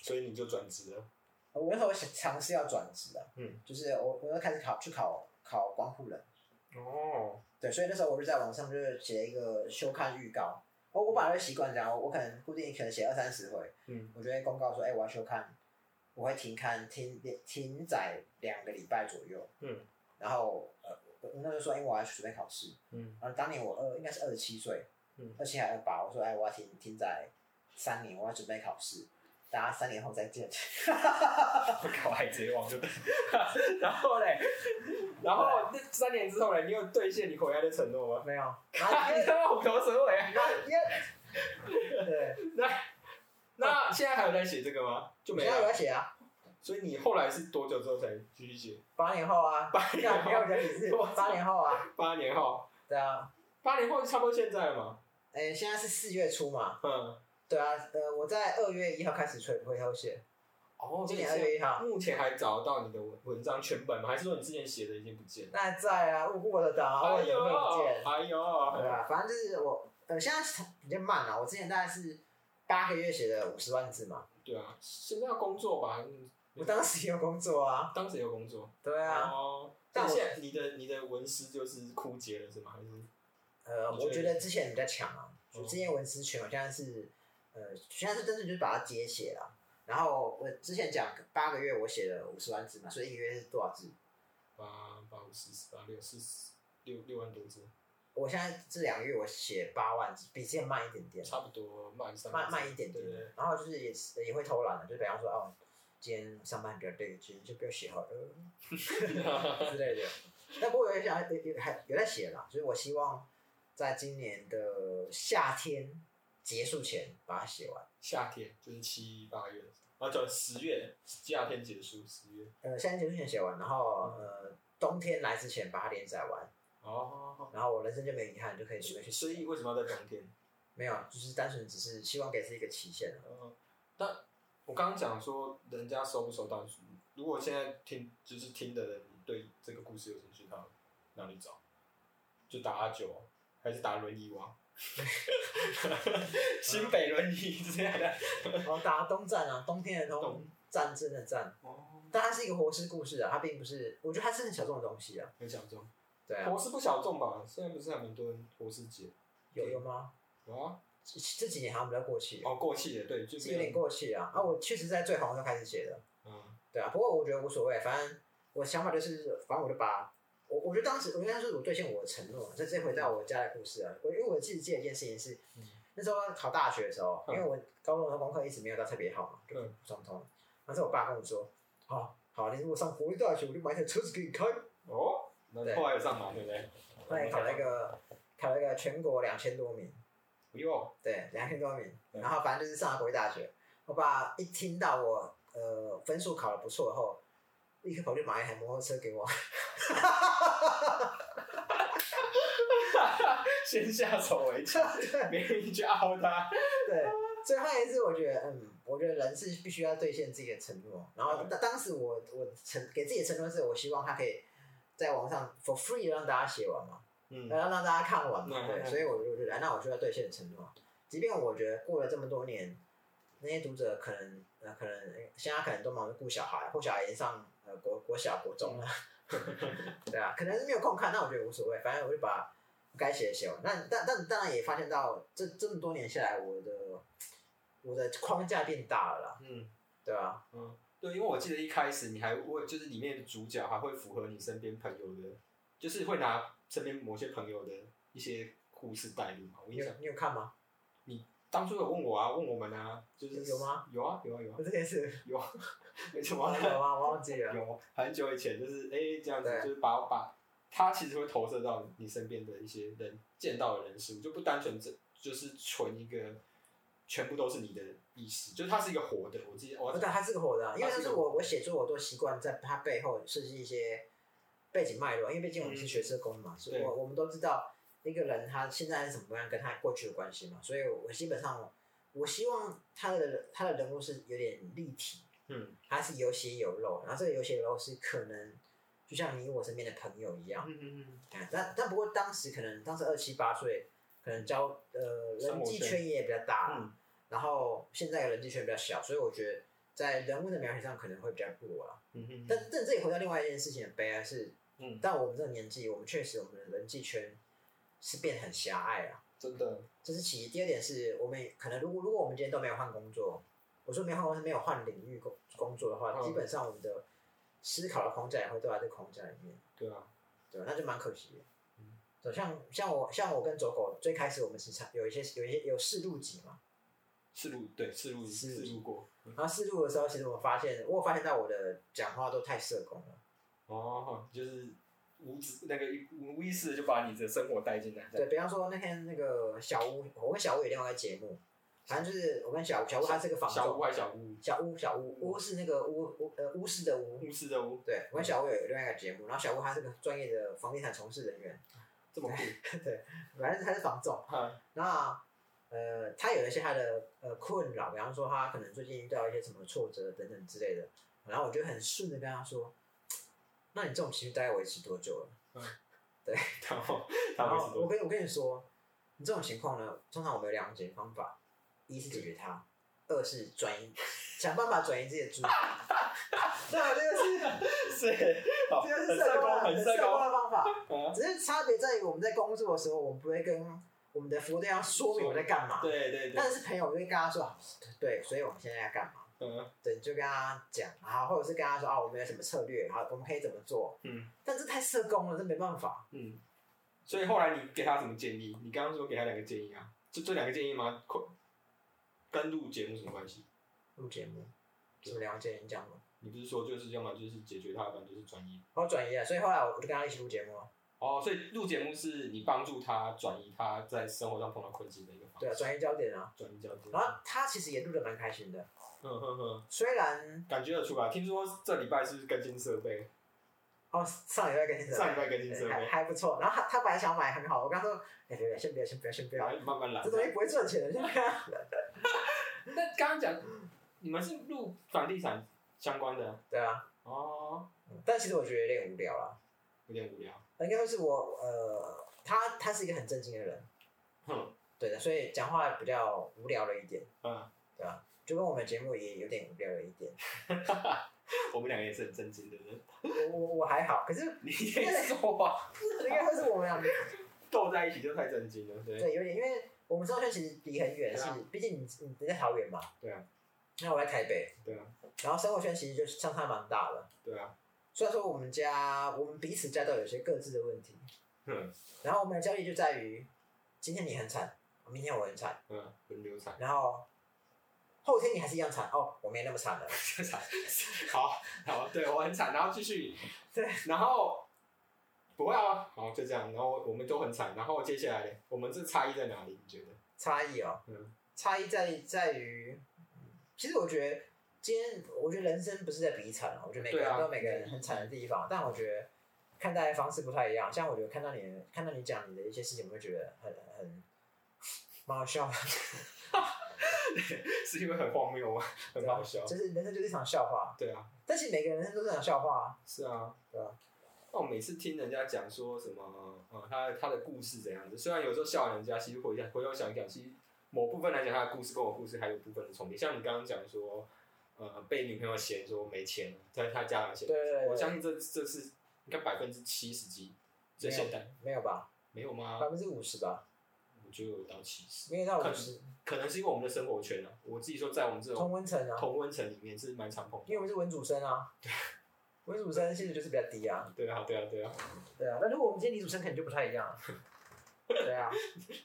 Speaker 2: 所以你就转职了。
Speaker 1: 我那时候想尝试要转职啊，
Speaker 2: 嗯，
Speaker 1: 就是我我要开始考去考考光复人，
Speaker 2: 哦，
Speaker 1: 对，所以那时候我就在网上就是写了一个休刊预告。我我本来就习惯这样，我我可能固定可能写二三十回，
Speaker 2: 嗯，
Speaker 1: 我就会公告说，哎、我要休刊，我会停刊停停载两个礼拜左右，
Speaker 2: 嗯，
Speaker 1: 然后呃，我那时候说，因为我要准备考试，
Speaker 2: 嗯， [LAUGHS]
Speaker 1: 然后当年我二应该是二十七岁，
Speaker 2: 嗯
Speaker 1: 二七还二八，我说，哎、我要停停载三年，我要准备考试，大家三年后再见。 [LAUGHS]
Speaker 2: 我靠，海贼王就对。 [LAUGHS] 然后嘞，然后那三年之后嘞，你有兑现你回来的承诺
Speaker 1: [LAUGHS]
Speaker 2: 吗？
Speaker 1: 没有，然后
Speaker 2: 啊你他妈虎头蛇
Speaker 1: [LAUGHS]
Speaker 2: 尾啊！
Speaker 1: 因为对，
Speaker 2: 那现在还有在写这个吗？就
Speaker 1: 我
Speaker 2: 没
Speaker 1: 现在有
Speaker 2: 了。
Speaker 1: 在写啊，
Speaker 2: 所以你后来是多久之后才继
Speaker 1: [LAUGHS]
Speaker 2: 续写？
Speaker 1: 八年后啊， [LAUGHS]
Speaker 2: 八年
Speaker 1: 干没有
Speaker 2: 后，
Speaker 1: 人理智，八年后啊，
Speaker 2: 八年后，
Speaker 1: 对啊，
Speaker 2: 八年后差不多现在了嘛。
Speaker 1: 哎、现在是四月初嘛，
Speaker 2: 嗯，
Speaker 1: 对啊，呃，我在二月一号开始催回头写，
Speaker 2: 哦
Speaker 1: 今年二月一号。
Speaker 2: 目前还找到你的文文章全本吗？还是说你之前写的已经不见了？
Speaker 1: 那还在啊，误我的岛，我
Speaker 2: 哎
Speaker 1: 也
Speaker 2: 呦
Speaker 1: 会不见，，
Speaker 2: 哎
Speaker 1: 对
Speaker 2: 呦，
Speaker 1: 啊，反正就是我，呃，现在是比较慢啊了、我之前大概是八个月写的五十万字嘛，
Speaker 2: 对啊，现在要工作吧？嗯
Speaker 1: 我当时也有工作啊，
Speaker 2: 当时有工作，
Speaker 1: 对啊，
Speaker 2: 哦，
Speaker 1: 但
Speaker 2: 但
Speaker 1: 我
Speaker 2: 现在你的你的文思就是枯竭了是吗？还是
Speaker 1: 呃，
Speaker 2: 你
Speaker 1: 我觉
Speaker 2: 觉
Speaker 1: 得
Speaker 2: 得
Speaker 1: 之前比较强啊，
Speaker 2: 嗯
Speaker 1: 就之前文思全，我现在是，呃，现在是真的就是把它接写了。然后我之前讲八个月我写了五十万字嘛，所以一个月是多少字？
Speaker 2: 八八五四十八六四十六六万多字，
Speaker 1: 我现在这两个月我写八万字，比之前慢一点点，
Speaker 2: 差不多慢三
Speaker 1: 慢慢一点点
Speaker 2: 对对对。。
Speaker 1: 然后就是也是也会偷懒的，就比方说哦，今天上班比较累，今天就不要写好了。 [LAUGHS] 之类的。那不过有想有有还有在写啦，所以我希望在今年的夏天结束前把它写完。
Speaker 2: [LAUGHS] 夏天就是七八月的时
Speaker 1: 哦
Speaker 2: 候，啊，对，十月夏天结束，十月
Speaker 1: 呃，夏天结束前写完，然后呃冬天来之前把它连载完，
Speaker 2: 哦。
Speaker 1: 然后我人生就没有遗憾，就可以准备去
Speaker 2: 所
Speaker 1: 写。
Speaker 2: 以为什么要在冬天？
Speaker 1: 没有，就是单纯只是希望给自己一个期 [LAUGHS] 限啊
Speaker 2: 嗯，但我刚刚讲说人家收不收到书，如果现在听就是听的人对这个故事有兴趣，他哪里找？就打阿九啊，还是打轮椅王？新北轮椅这样的。
Speaker 1: 哦，打东站啊，冬天的冬
Speaker 2: 冬，
Speaker 1: 战争的战，
Speaker 2: 哦，
Speaker 1: 但它是一个活尸故事啊，它并不是，我觉得它是很小众的东西啊。
Speaker 2: 很小众，
Speaker 1: 对啊
Speaker 2: 活，是不小众吧？现在不是还蛮多人活是节
Speaker 1: 有有吗？
Speaker 2: 有啊？
Speaker 1: 这这几年好像比较过气，
Speaker 2: 哦，过气的，对，就是
Speaker 1: 有点过气啊。啊，我确实在最红的时候开始写的，
Speaker 2: 嗯
Speaker 1: 对啊，不过我觉得无所谓，反正我想法就是，反正我就把我，我觉得当时我应该说我兑现我的承诺，这这回到我家的故事啊。我因为我自己记得一件事情是，
Speaker 2: 嗯
Speaker 1: 那时候考大学的时候，因
Speaker 2: 嗯
Speaker 1: 为我高中的功课一直没有到特别好嘛，就
Speaker 2: 嗯
Speaker 1: 普通通。然后是我爸跟我说，好好，你如果上国立大学，我就买一台车子给你开。
Speaker 2: 哦，那
Speaker 1: 对
Speaker 2: 后来有上马对不对？
Speaker 1: 后来考了一个考了一个全国两千多名，[LAUGHS]
Speaker 2: 不用，
Speaker 1: 对，两千多名，
Speaker 2: 嗯
Speaker 1: 然后反正就是上了国立大学。我爸一听到我呃分数考得不错后，立刻跑去买一台摩托车给我。 [LAUGHS]
Speaker 2: 先下手为强，别人去凹他。
Speaker 1: 对，所以后来是我觉得，嗯，我觉得人是必
Speaker 2: 嗯
Speaker 1: 须要兑现自己的承诺。然后当当时我我承给自己的承诺是，我希望他可以在网上 for free 让大家写完嘛，
Speaker 2: 嗯
Speaker 1: 然后让大家看完嘛，
Speaker 2: 嗯
Speaker 1: 对，
Speaker 2: 嗯
Speaker 1: 所以我就觉得，哎那我就要兑现承诺。即便我觉得过了这么多年，那些读者可能呃可能呃现在可能都忙着顾小孩，或小孩已经上呃国国小国中
Speaker 2: [LAUGHS]
Speaker 1: 了，对啊，可能是没有空看，那我觉得无所谓，反正我就把该写的写完。那但但当然也发现到这这么多年下来，我的我的框架变大了啦，
Speaker 2: 嗯
Speaker 1: 对啊，
Speaker 2: 嗯，对，因为我记得一开始你还会就是里面的主角还会符合你身边朋友的，就是会拿身边某些朋友的一些故事带入嘛。我
Speaker 1: 你
Speaker 2: 印
Speaker 1: 有
Speaker 2: 象
Speaker 1: 你有看吗？
Speaker 2: 当初有问我啊，问我们啊，就是
Speaker 1: 有吗？
Speaker 2: 有啊有
Speaker 1: [LAUGHS]
Speaker 2: 啊有啊
Speaker 1: 我这件事
Speaker 2: 有啊，没什
Speaker 1: 我
Speaker 2: 么。
Speaker 1: 忘我忘记了。
Speaker 2: [LAUGHS] 有啊很久以前，就是哎、诶这样子
Speaker 1: 对，
Speaker 2: 就是把把它其实会投射到你身边的一些人见到的人事物，就不单纯这就是纯一个全部都是你的意识，就是它是一个活的。我记得我
Speaker 1: 不对，它是个活的啊，因为
Speaker 2: 它
Speaker 1: 就是是
Speaker 2: 个
Speaker 1: 我我写作我都习惯在它背后设计一些背景脉络，因为毕竟我们是学社工嘛，所以
Speaker 2: 对
Speaker 1: 我我们都知道一个人他现在是什么样，跟他过去有关系嘛，所以我基本上我希望他的他的人物是有点立体，
Speaker 2: 嗯
Speaker 1: 他是有血有肉，然后这个有血有肉是可能就像你我身边的朋友一样，
Speaker 2: 嗯嗯
Speaker 1: 哎但但不过当时可能当时二七八岁，可能交呃
Speaker 2: 生
Speaker 1: 人
Speaker 2: 活
Speaker 1: 际
Speaker 2: 圈
Speaker 1: 圈也比较大，
Speaker 2: 嗯
Speaker 1: 然后现在的人际圈比较小，所以我觉得在人物的描写上可能会比较弱了。
Speaker 2: 嗯嗯
Speaker 1: 但但这也回到另外一件事情的悲哀是，
Speaker 2: 嗯
Speaker 1: 到我们这个年纪，我们确实我们的人际圈是变得很狭隘了。
Speaker 2: 真的，
Speaker 1: 这是其一，第二点是我们也可能如果如果我们今天都没有换工作，我说没有换工作，没有换领域工工作的话，
Speaker 2: 嗯
Speaker 1: 基本上我们的思考的框架也会都在这个框架里面。
Speaker 2: 对啊，
Speaker 1: 对吧？那就蛮可惜的。
Speaker 2: 嗯
Speaker 1: 对，像像我像我跟走狗最开始我们是常有一些有一些有试录集嘛，
Speaker 2: 试录对试录
Speaker 1: 是
Speaker 2: 试录过嗯
Speaker 1: 然后试录的时候，其实我发现我有发现到我的讲话都太社工了，
Speaker 2: 哦，就是无知那个无无意识的就把你的生活带进来，这
Speaker 1: 对
Speaker 2: 样
Speaker 1: 比方说那天那个小屋，我跟小屋有另外一个节目，反正就是我跟小小屋他是个房
Speaker 2: 小屋
Speaker 1: 东，
Speaker 2: 还是小屋，
Speaker 1: 小屋小屋屋是那个屋屋呃巫师的屋，
Speaker 2: 巫师的屋
Speaker 1: 对，我跟小屋有另外一个节目，然后小屋他是个专业的房地产从事人员，
Speaker 2: 这么酷，
Speaker 1: 反正他是房仲，
Speaker 2: 哈
Speaker 1: 那呃，他有一些他的呃困扰，比方说他可能最近遇到一些什么挫折等等之类的，然后我就很顺的跟他说，那你这种情绪大概维持多久了？
Speaker 2: 然后
Speaker 1: [LAUGHS] 然
Speaker 2: 他会是
Speaker 1: 后我
Speaker 2: 多
Speaker 1: 跟我跟你说，你这种情况呢，通常我们有两种解决方法，一是解决它，二是转移，想办法转移自己的注意力。对啊，这个是
Speaker 2: 是，好
Speaker 1: 这个
Speaker 2: 很
Speaker 1: 是
Speaker 2: 社
Speaker 1: 社工
Speaker 2: 工
Speaker 1: 的
Speaker 2: 很
Speaker 1: 很
Speaker 2: 社
Speaker 1: 社工
Speaker 2: 工
Speaker 1: 的方法。
Speaker 2: 嗯，
Speaker 1: 只是差别在于我们在工作的时候，我们不会跟我们的服务对象说明我在干嘛。
Speaker 2: 对对对
Speaker 1: 但，是朋友就会跟他说，啊对，所以我们现在要干嘛？
Speaker 2: 嗯
Speaker 1: 对，你就跟他讲啊，或者是跟他说啊，我们有什么策略，好，我们可以怎么做？
Speaker 2: 嗯
Speaker 1: 但这太社工了，这没办法。
Speaker 2: 嗯，所以后来你给他什么建议？你刚刚说给他两个建议啊，就这两个建议吗？快跟录节目什么关系？
Speaker 1: 录节目，怎么了解你讲吗？
Speaker 2: 你不是说就是要么就是解决他，要不然就是转移。
Speaker 1: 然后转移了，所以后来我就跟他一起录节目啊。
Speaker 2: 哦，所以录节目是你帮助他转移他在生活上碰到困境的一个方
Speaker 1: 对啊，
Speaker 2: 式，
Speaker 1: 转移焦点啊。
Speaker 2: 转移焦点。
Speaker 1: 然后他其实也录的蛮开心的，
Speaker 2: 嗯哼哼，
Speaker 1: 虽然
Speaker 2: 感觉得出来。听说这礼拜是不是更新设备，
Speaker 1: 哦上礼拜更新的
Speaker 2: 上礼拜更新
Speaker 1: 对
Speaker 2: 设
Speaker 1: 还
Speaker 2: 备，
Speaker 1: 还不错，然后他他本来想买很好，我跟他说，哎，别别先不要先不要先不要，
Speaker 2: 来慢慢来
Speaker 1: 这。东西不会赚钱啊的，先欸不要。
Speaker 2: 那刚刚讲你们是录房地产相关的
Speaker 1: 对啊，
Speaker 2: 哦，
Speaker 1: 但其实我觉得有点无聊啦。
Speaker 2: 有点无聊。
Speaker 1: 应该说是我呃，他他是一个很正经的人，
Speaker 2: 哼，
Speaker 1: 对的，所以讲话比较无聊了一点，
Speaker 2: 嗯。
Speaker 1: 对吧？就跟我们节目也有点无聊了一点。
Speaker 2: 我们两个也是很震惊的人。
Speaker 1: 我我我还好，可是
Speaker 2: 你先说啊， [LAUGHS]
Speaker 1: 应该会是我们俩
Speaker 2: 斗在一起就太震惊了。对，
Speaker 1: 对有点，因为我们生活圈其实离很远，
Speaker 2: 对
Speaker 1: 是
Speaker 2: 啊
Speaker 1: 毕竟你你你在桃园嘛，
Speaker 2: 对啊，
Speaker 1: 那我在台北，
Speaker 2: 对啊，
Speaker 1: 然后生活圈其实就相差蛮大的。
Speaker 2: 对啊，
Speaker 1: 虽然说我们家我们彼此家都有些各自的问题，
Speaker 2: 嗯
Speaker 1: 然后我们的交易就在于，今天你很惨，明天我很惨，
Speaker 2: 嗯，轮流踩，
Speaker 1: 然后后天你还是一样惨哦，我没那么惨了。
Speaker 2: 惨， [LAUGHS] 好好，对我很惨，然后继续，
Speaker 1: 对，
Speaker 2: 然后不会啊，好就这样，然后我们都很惨，然后接下来呢，我们这差异在哪里？你觉得？ [LAUGHS]
Speaker 1: 差异哦，
Speaker 2: 嗯
Speaker 1: 差异在在于，其实我觉得今天，我觉得人生不是在比惨啊，我觉得每个
Speaker 2: 对啊
Speaker 1: 人都有每个人很惨的地方，但我觉得看待的方式不太一样。像我觉得看到你看到你讲你的一些事情，我会觉得很很蛮好笑的，
Speaker 2: 是因为很荒谬吗？ [LAUGHS] 很好笑。
Speaker 1: 就是人生就是一场笑话。
Speaker 2: 对啊，
Speaker 1: 但是每个人人生都是一场笑话啊，
Speaker 2: 是啊，
Speaker 1: 对啊。
Speaker 2: 那我每次听人家讲说什么，呃，他的他的故事怎样子，虽然有时候笑人家，其实回想回头想一想，其实某部分来讲，他的故事跟我故事还有部分的重叠。像你刚刚讲说，呃，被女朋友嫌说没钱，在他家人嫌，
Speaker 1: 对对对
Speaker 2: 我相信这这是应该百分之七十几，这现代
Speaker 1: 没有吧？
Speaker 2: 没有吗？
Speaker 1: 百分之五十吧，
Speaker 2: 我觉得有到七十，
Speaker 1: 没有到五十。
Speaker 2: 可能是因为我们的生活圈啊，我自己说在我们这
Speaker 1: 同
Speaker 2: 种
Speaker 1: 温层啊，
Speaker 2: 同温层里面是蛮常碰到
Speaker 1: 因为我们是文主生啊，文主生薪水就是比较低啊，
Speaker 2: 对啊，对啊，对啊，
Speaker 1: 对啊。那如果我们今天理主生，可能就不太一样啊。对啊，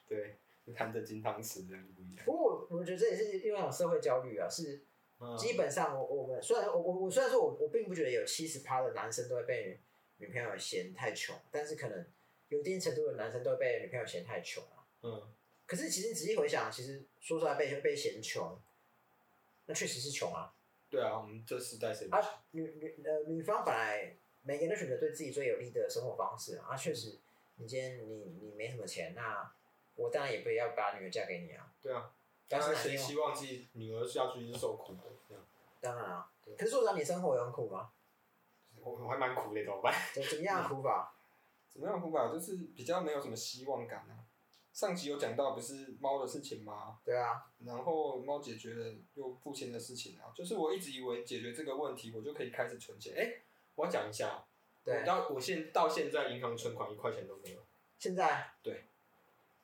Speaker 2: 对，含着金汤匙这样不一样。
Speaker 1: 不过我我觉得这也是另外一种社会焦虑啊，是
Speaker 2: 嗯
Speaker 1: 基本上我我们虽然我我我虽然说我我并不觉得有七十趴的男生都会被女女朋友嫌太穷，但是可能有一定程度的男生都会被女朋友嫌太穷啊。
Speaker 2: 嗯，
Speaker 1: 可是其实仔细回想，其实说出来被被嫌穷，那确实是穷啊。
Speaker 2: 对啊，我们这时代谁不
Speaker 1: 啊，女女呃女方本来每个人都选择对自己最有利的生活方式啊，啊确实，你今天你你没什么钱，那我当然也不要把女儿嫁给你啊，
Speaker 2: 对啊，
Speaker 1: 但
Speaker 2: 当
Speaker 1: 是
Speaker 2: 然
Speaker 1: 哪
Speaker 2: 谁
Speaker 1: 天
Speaker 2: 希望自己女儿下去是受苦的？这样，
Speaker 1: 当然啊。可是说实话，你生活有很苦吗？
Speaker 2: 我我还蛮苦的，怎么办？ [LAUGHS]
Speaker 1: 怎怎么样的苦法？
Speaker 2: 怎么样苦吧，就是比较没有什么希望感啊。上集有讲到不是猫的事情吗？
Speaker 1: 对啊，
Speaker 2: 然后猫解决了又付钱的事情啊，就是我一直以为解决这个问题，我就可以开始存钱。哎、我要讲一下，
Speaker 1: 对
Speaker 2: 我到我现到现在银行存款一块钱都没有，
Speaker 1: 现在
Speaker 2: 对，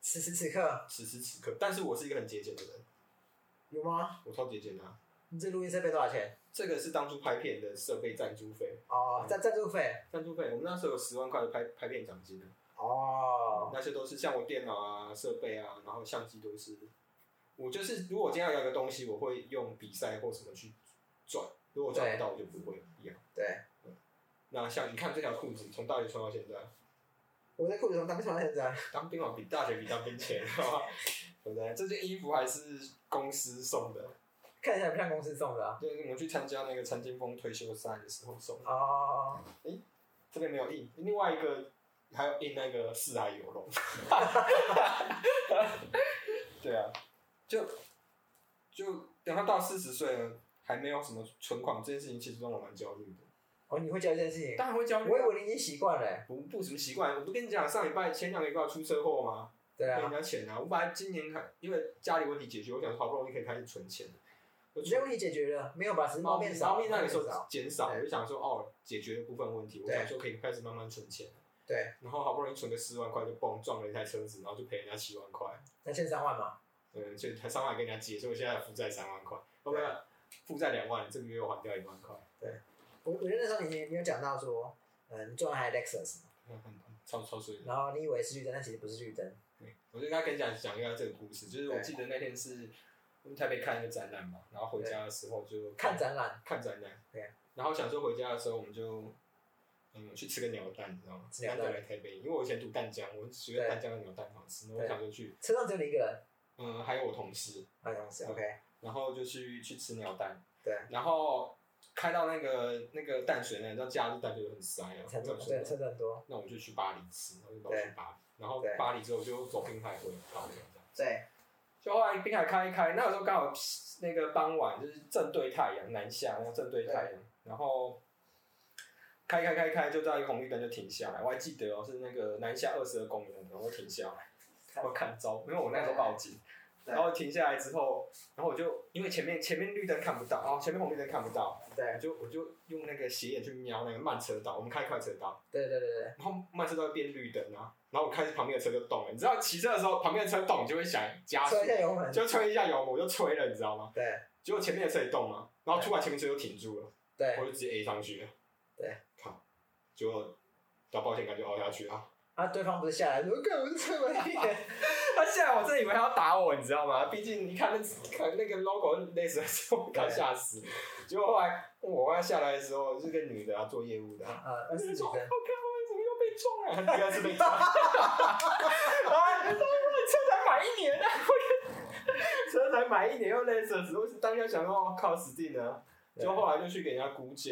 Speaker 1: 此时此刻
Speaker 2: 此时此刻，但是我是一个很节俭的人，
Speaker 1: 有吗？
Speaker 2: 我超节俭的、啊。
Speaker 1: 你这录音设备多少钱？
Speaker 2: 这个是当初拍片的设备赞助费，
Speaker 1: 哦，赞赞助费
Speaker 2: 赞助费，我们那时候有十万块的拍拍片奖金啊，
Speaker 1: 哦，
Speaker 2: 那些都是像我电脑啊、设备啊，然后相机都是。我就是如果今天要有一个东西，我会用比赛或什么去赚，如果赚不到我就不会一样。
Speaker 1: 对，
Speaker 2: 那像你看这条裤子，从大学穿到现在，
Speaker 1: 我在裤子从当穿到现在，
Speaker 2: 当兵嘛比大学比当兵前，好吧对不对？这件衣服还是公司送的，
Speaker 1: 看起来不像公司送的啊
Speaker 2: 就是我们去参加那个陈金峰退休赛的时候送的。
Speaker 1: 哦，
Speaker 2: 这边没有印，另外一个还有印那个四海游龙。对啊，就就等他到四十岁了，还没有什么存款，这件事情其实让我蛮焦虑的。
Speaker 1: 哦，你会教这件事情？
Speaker 2: 当然会焦
Speaker 1: 我
Speaker 2: 虑、
Speaker 1: 以
Speaker 2: 啊，
Speaker 1: 为你已经习惯了欸，
Speaker 2: 不不什么习惯，我不跟你讲，上礼拜前两个礼拜出车祸吗？
Speaker 1: 对
Speaker 2: 赔
Speaker 1: 啊
Speaker 2: 人。家钱啊！我本来今年还因为家里问题解决，我想说好不容易可以开始存钱了，我
Speaker 1: 你这
Speaker 2: 存
Speaker 1: 问题解决了，没有吧？只是
Speaker 2: 猫
Speaker 1: 猫
Speaker 2: 咪
Speaker 1: 变少，
Speaker 2: 猫咪那个时候
Speaker 1: 猫变少
Speaker 2: 减少，
Speaker 1: 对
Speaker 2: 我就想说哦，解决了部分问题，我
Speaker 1: 对
Speaker 2: 想说可以开始慢慢存钱。
Speaker 1: 对，
Speaker 2: 然后好不容易存个四万块，就蹦撞了一台车子，然后就赔人家七万块，
Speaker 1: 那欠三万嘛，
Speaker 2: 嗯，所以他上万跟人家借，所以我现在负债三万块，后面
Speaker 1: 啊
Speaker 2: 负债两万，这个月又还掉一万块，
Speaker 1: 我我觉得那时候你你你有讲到说，嗯，你撞了一台 Lexus，嘛
Speaker 2: 嗯很很超超水的。
Speaker 1: 然后你以为是绿灯，但其实不是绿灯，
Speaker 2: 对我就跟他跟你讲讲一下这个故事，就是我
Speaker 1: 对
Speaker 2: 记得那天是我们台北看一个展览嘛，然后回家的时候就
Speaker 1: 看展览
Speaker 2: 看展览，
Speaker 1: 对，啊
Speaker 2: 然后想说回家的时候我们就。嗯，去吃个鸟蛋，你知道吗？
Speaker 1: 吃鸟
Speaker 2: 难
Speaker 1: 蛋
Speaker 2: 得来台北，因为我以前读淡江，我觉得
Speaker 1: 对
Speaker 2: 淡江的鸟蛋很好吃，然后我
Speaker 1: 对
Speaker 2: 想说去，
Speaker 1: 车上只有你一个人，
Speaker 2: 嗯，还有我同事，
Speaker 1: 好像是
Speaker 2: 嗯
Speaker 1: OK，
Speaker 2: 然后就去去吃鸟蛋，
Speaker 1: 对，
Speaker 2: 然后开到那个那个淡水那，你知道假日淡水就很塞啊，
Speaker 1: 车
Speaker 2: 我
Speaker 1: 子
Speaker 2: 想
Speaker 1: 对车
Speaker 2: 说
Speaker 1: 子很多，
Speaker 2: 那我就去巴黎吃，我就跑去
Speaker 1: 对
Speaker 2: 巴黎，然后
Speaker 1: 对
Speaker 2: 巴黎之后我就走滨海回高雄这样。
Speaker 1: 对
Speaker 2: 就后来滨海开一开，那个时候刚好那个傍晚就是正对太阳南下，然后正对太阳，然后开开开开就到一个红绿灯就停下来，我还记得哦，是那个南下二十二公园，然后停下来，我看招，因为我那时候报警，
Speaker 1: 对
Speaker 2: 然后停下来之后，然后我就因为前面前面绿灯看不到，然后前面红绿灯看不到，我
Speaker 1: 对
Speaker 2: 就我就用那个斜眼去瞄那个慢车道，我们开快车道，
Speaker 1: 对对对对，
Speaker 2: 然后慢车道变绿灯啊，然后我开始旁边的车就动了，你知道骑车的时候旁边的车动，你就会想加速
Speaker 1: 车一。下油门，
Speaker 2: 啊就吹一下油门，我就吹了，你知道吗？
Speaker 1: 对
Speaker 2: 结果前面的车也动了，然后突然前面车就停住了，
Speaker 1: 对
Speaker 2: 我就直接 A 上去了。
Speaker 1: 对，
Speaker 2: 靠，结果到保险杆就凹下
Speaker 1: [LAUGHS]
Speaker 2: 去了。
Speaker 1: 啊，对方不是下来说，看我是车门一
Speaker 2: [LAUGHS]
Speaker 1: 点，
Speaker 2: 他下来，我真的以为他要打我，你知道吗？毕竟你看那看那个 logo 类似的时候，我刚吓死。结果后来我妈下来的时候，是个女的啊，做业务的啊。
Speaker 1: 啊，二
Speaker 2: 我
Speaker 1: 十
Speaker 2: 就
Speaker 1: 几
Speaker 2: 说：“我靠，
Speaker 1: 分，
Speaker 2: 我怎么又被撞了？”第二次被撞。啊！你车才买一年啊！车才买一年又累死了，我当下想说，哦靠，死定了。
Speaker 1: 对
Speaker 2: 就后来就去给人家估价，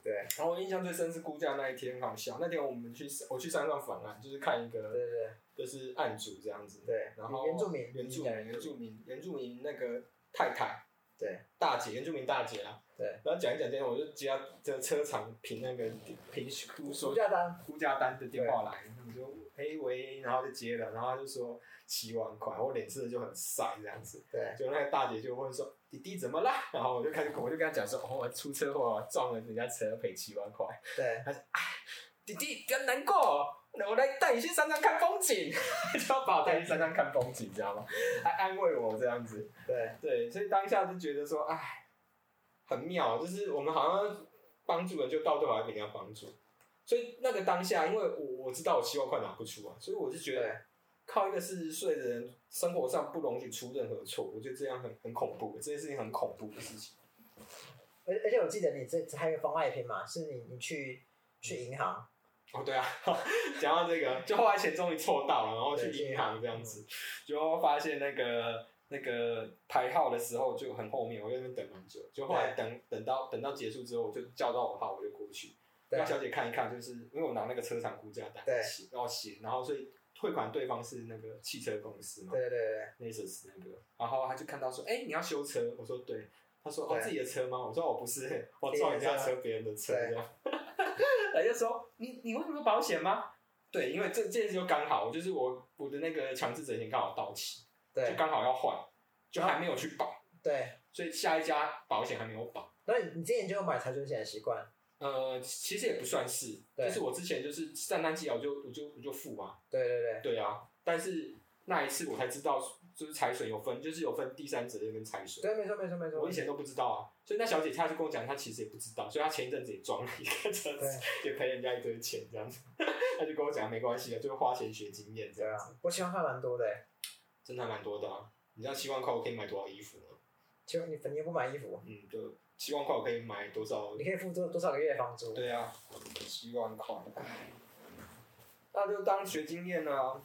Speaker 1: 对
Speaker 2: 然后我印象最深是估价那一天，很好笑。那天我们去我去山上访案，就是看一
Speaker 1: 对
Speaker 2: 个
Speaker 1: 对对
Speaker 2: 就是案主这样子，
Speaker 1: 对，
Speaker 2: 然后
Speaker 1: 原住民，
Speaker 2: 原住
Speaker 1: 你
Speaker 2: 民原住民原住民那个太太，
Speaker 1: 对，
Speaker 2: 大姐，原住民大姐啊。
Speaker 1: 对。
Speaker 2: 然后讲一讲，讲一讲我就接到这车厂评那个评估
Speaker 1: 暑
Speaker 2: 说
Speaker 1: 假单，
Speaker 2: 估价单的电话来，我就哎喂，然后就接了，然后他就说七万块，我脸色就很晒这样子。
Speaker 1: 对，
Speaker 2: 就那个大姐就问说：“弟弟怎么啦？” [LAUGHS] 然后我就开始，我就跟她讲说：“哦，我出车祸撞了人家车，赔七万块。
Speaker 1: 对，”
Speaker 2: [LAUGHS] 弟弟不要难过，我来带你去山上看风景， [LAUGHS] 就要把我带去山上看风景，你知道吗？还安慰我这样子。
Speaker 1: 对，
Speaker 2: 对，所以当下就觉得说，哎，很妙，就是我们好像帮助人就到最后还给人家帮助。所以那个当下，因为我我知道我七万块拿不出啊，所以我就 [LAUGHS] 觉
Speaker 1: 对
Speaker 2: 得靠一个四十岁的人，生活上不容许出任何错，我觉得这样很很恐怖，这件事情很恐怖的事情。
Speaker 1: 而而且我记得你这这还有一个番外篇嘛，是你你去去银行，
Speaker 2: 哦，对啊， [LAUGHS] 讲到这个，嗯就后来钱终于凑到了，然后去银行这样子，就发现那个那个排号的时候就很后面，我在那边等很久，就后来等等到等到结束之后，我就叫到我号，我就过去，
Speaker 1: 对
Speaker 2: 让小姐看一看，就是因为我拿那个车厂估价单
Speaker 1: 对
Speaker 2: 写，然后写，然后所以退款对方是那个汽车公司嘛
Speaker 1: 对对对对，
Speaker 2: ，Lexus 那个，然后他就看到说，哎、你要修车，我说对。他说：“哦，
Speaker 1: 对
Speaker 2: 自己的车吗？”我说：“我不是，我
Speaker 1: 别人
Speaker 2: 撞
Speaker 1: 的
Speaker 2: 人家
Speaker 1: 车
Speaker 2: 车，别人的车。”
Speaker 1: 对
Speaker 2: 这样， [LAUGHS] 他就说：“你你为什么保险吗？”对，因为这这件事就刚好，就是我我的那个强制责险刚好到期，就
Speaker 1: 对啊
Speaker 2: 刚好要换，就还没有去保，
Speaker 1: 对。
Speaker 2: 所以下一家保险还没有保。
Speaker 1: 那你你之前就有买财存险的习惯，
Speaker 2: 呃，其实也不算是，
Speaker 1: 对
Speaker 2: 就是我之前就是账单啊寄来我就我就我就付啊，
Speaker 1: 对对对
Speaker 2: 对啊，但是那一次我才知道，就是财损有分，就是有分第三责任跟财损。
Speaker 1: 对，没错没错没错。
Speaker 2: 我以前都不知道啊，所以那小姐她就跟我讲，她其实也不知道，所以她前一阵子也装了一个车
Speaker 1: 对
Speaker 2: 子，也赔人家一堆钱这样子。她就跟我讲没关系的，啊就是花钱学经验这
Speaker 1: 对
Speaker 2: 样
Speaker 1: 啊
Speaker 2: 子，，
Speaker 1: 我喜欢看蛮多的欸，
Speaker 2: 真的还蛮多的、啊。你知道七万块我可以买多少衣服吗？
Speaker 1: 请问你你又不买衣服，
Speaker 2: 嗯，就七万块我可以买多少
Speaker 1: 你？可以付多多少个月的房租？
Speaker 2: 对啊，七万块，唉那就当学经验啊。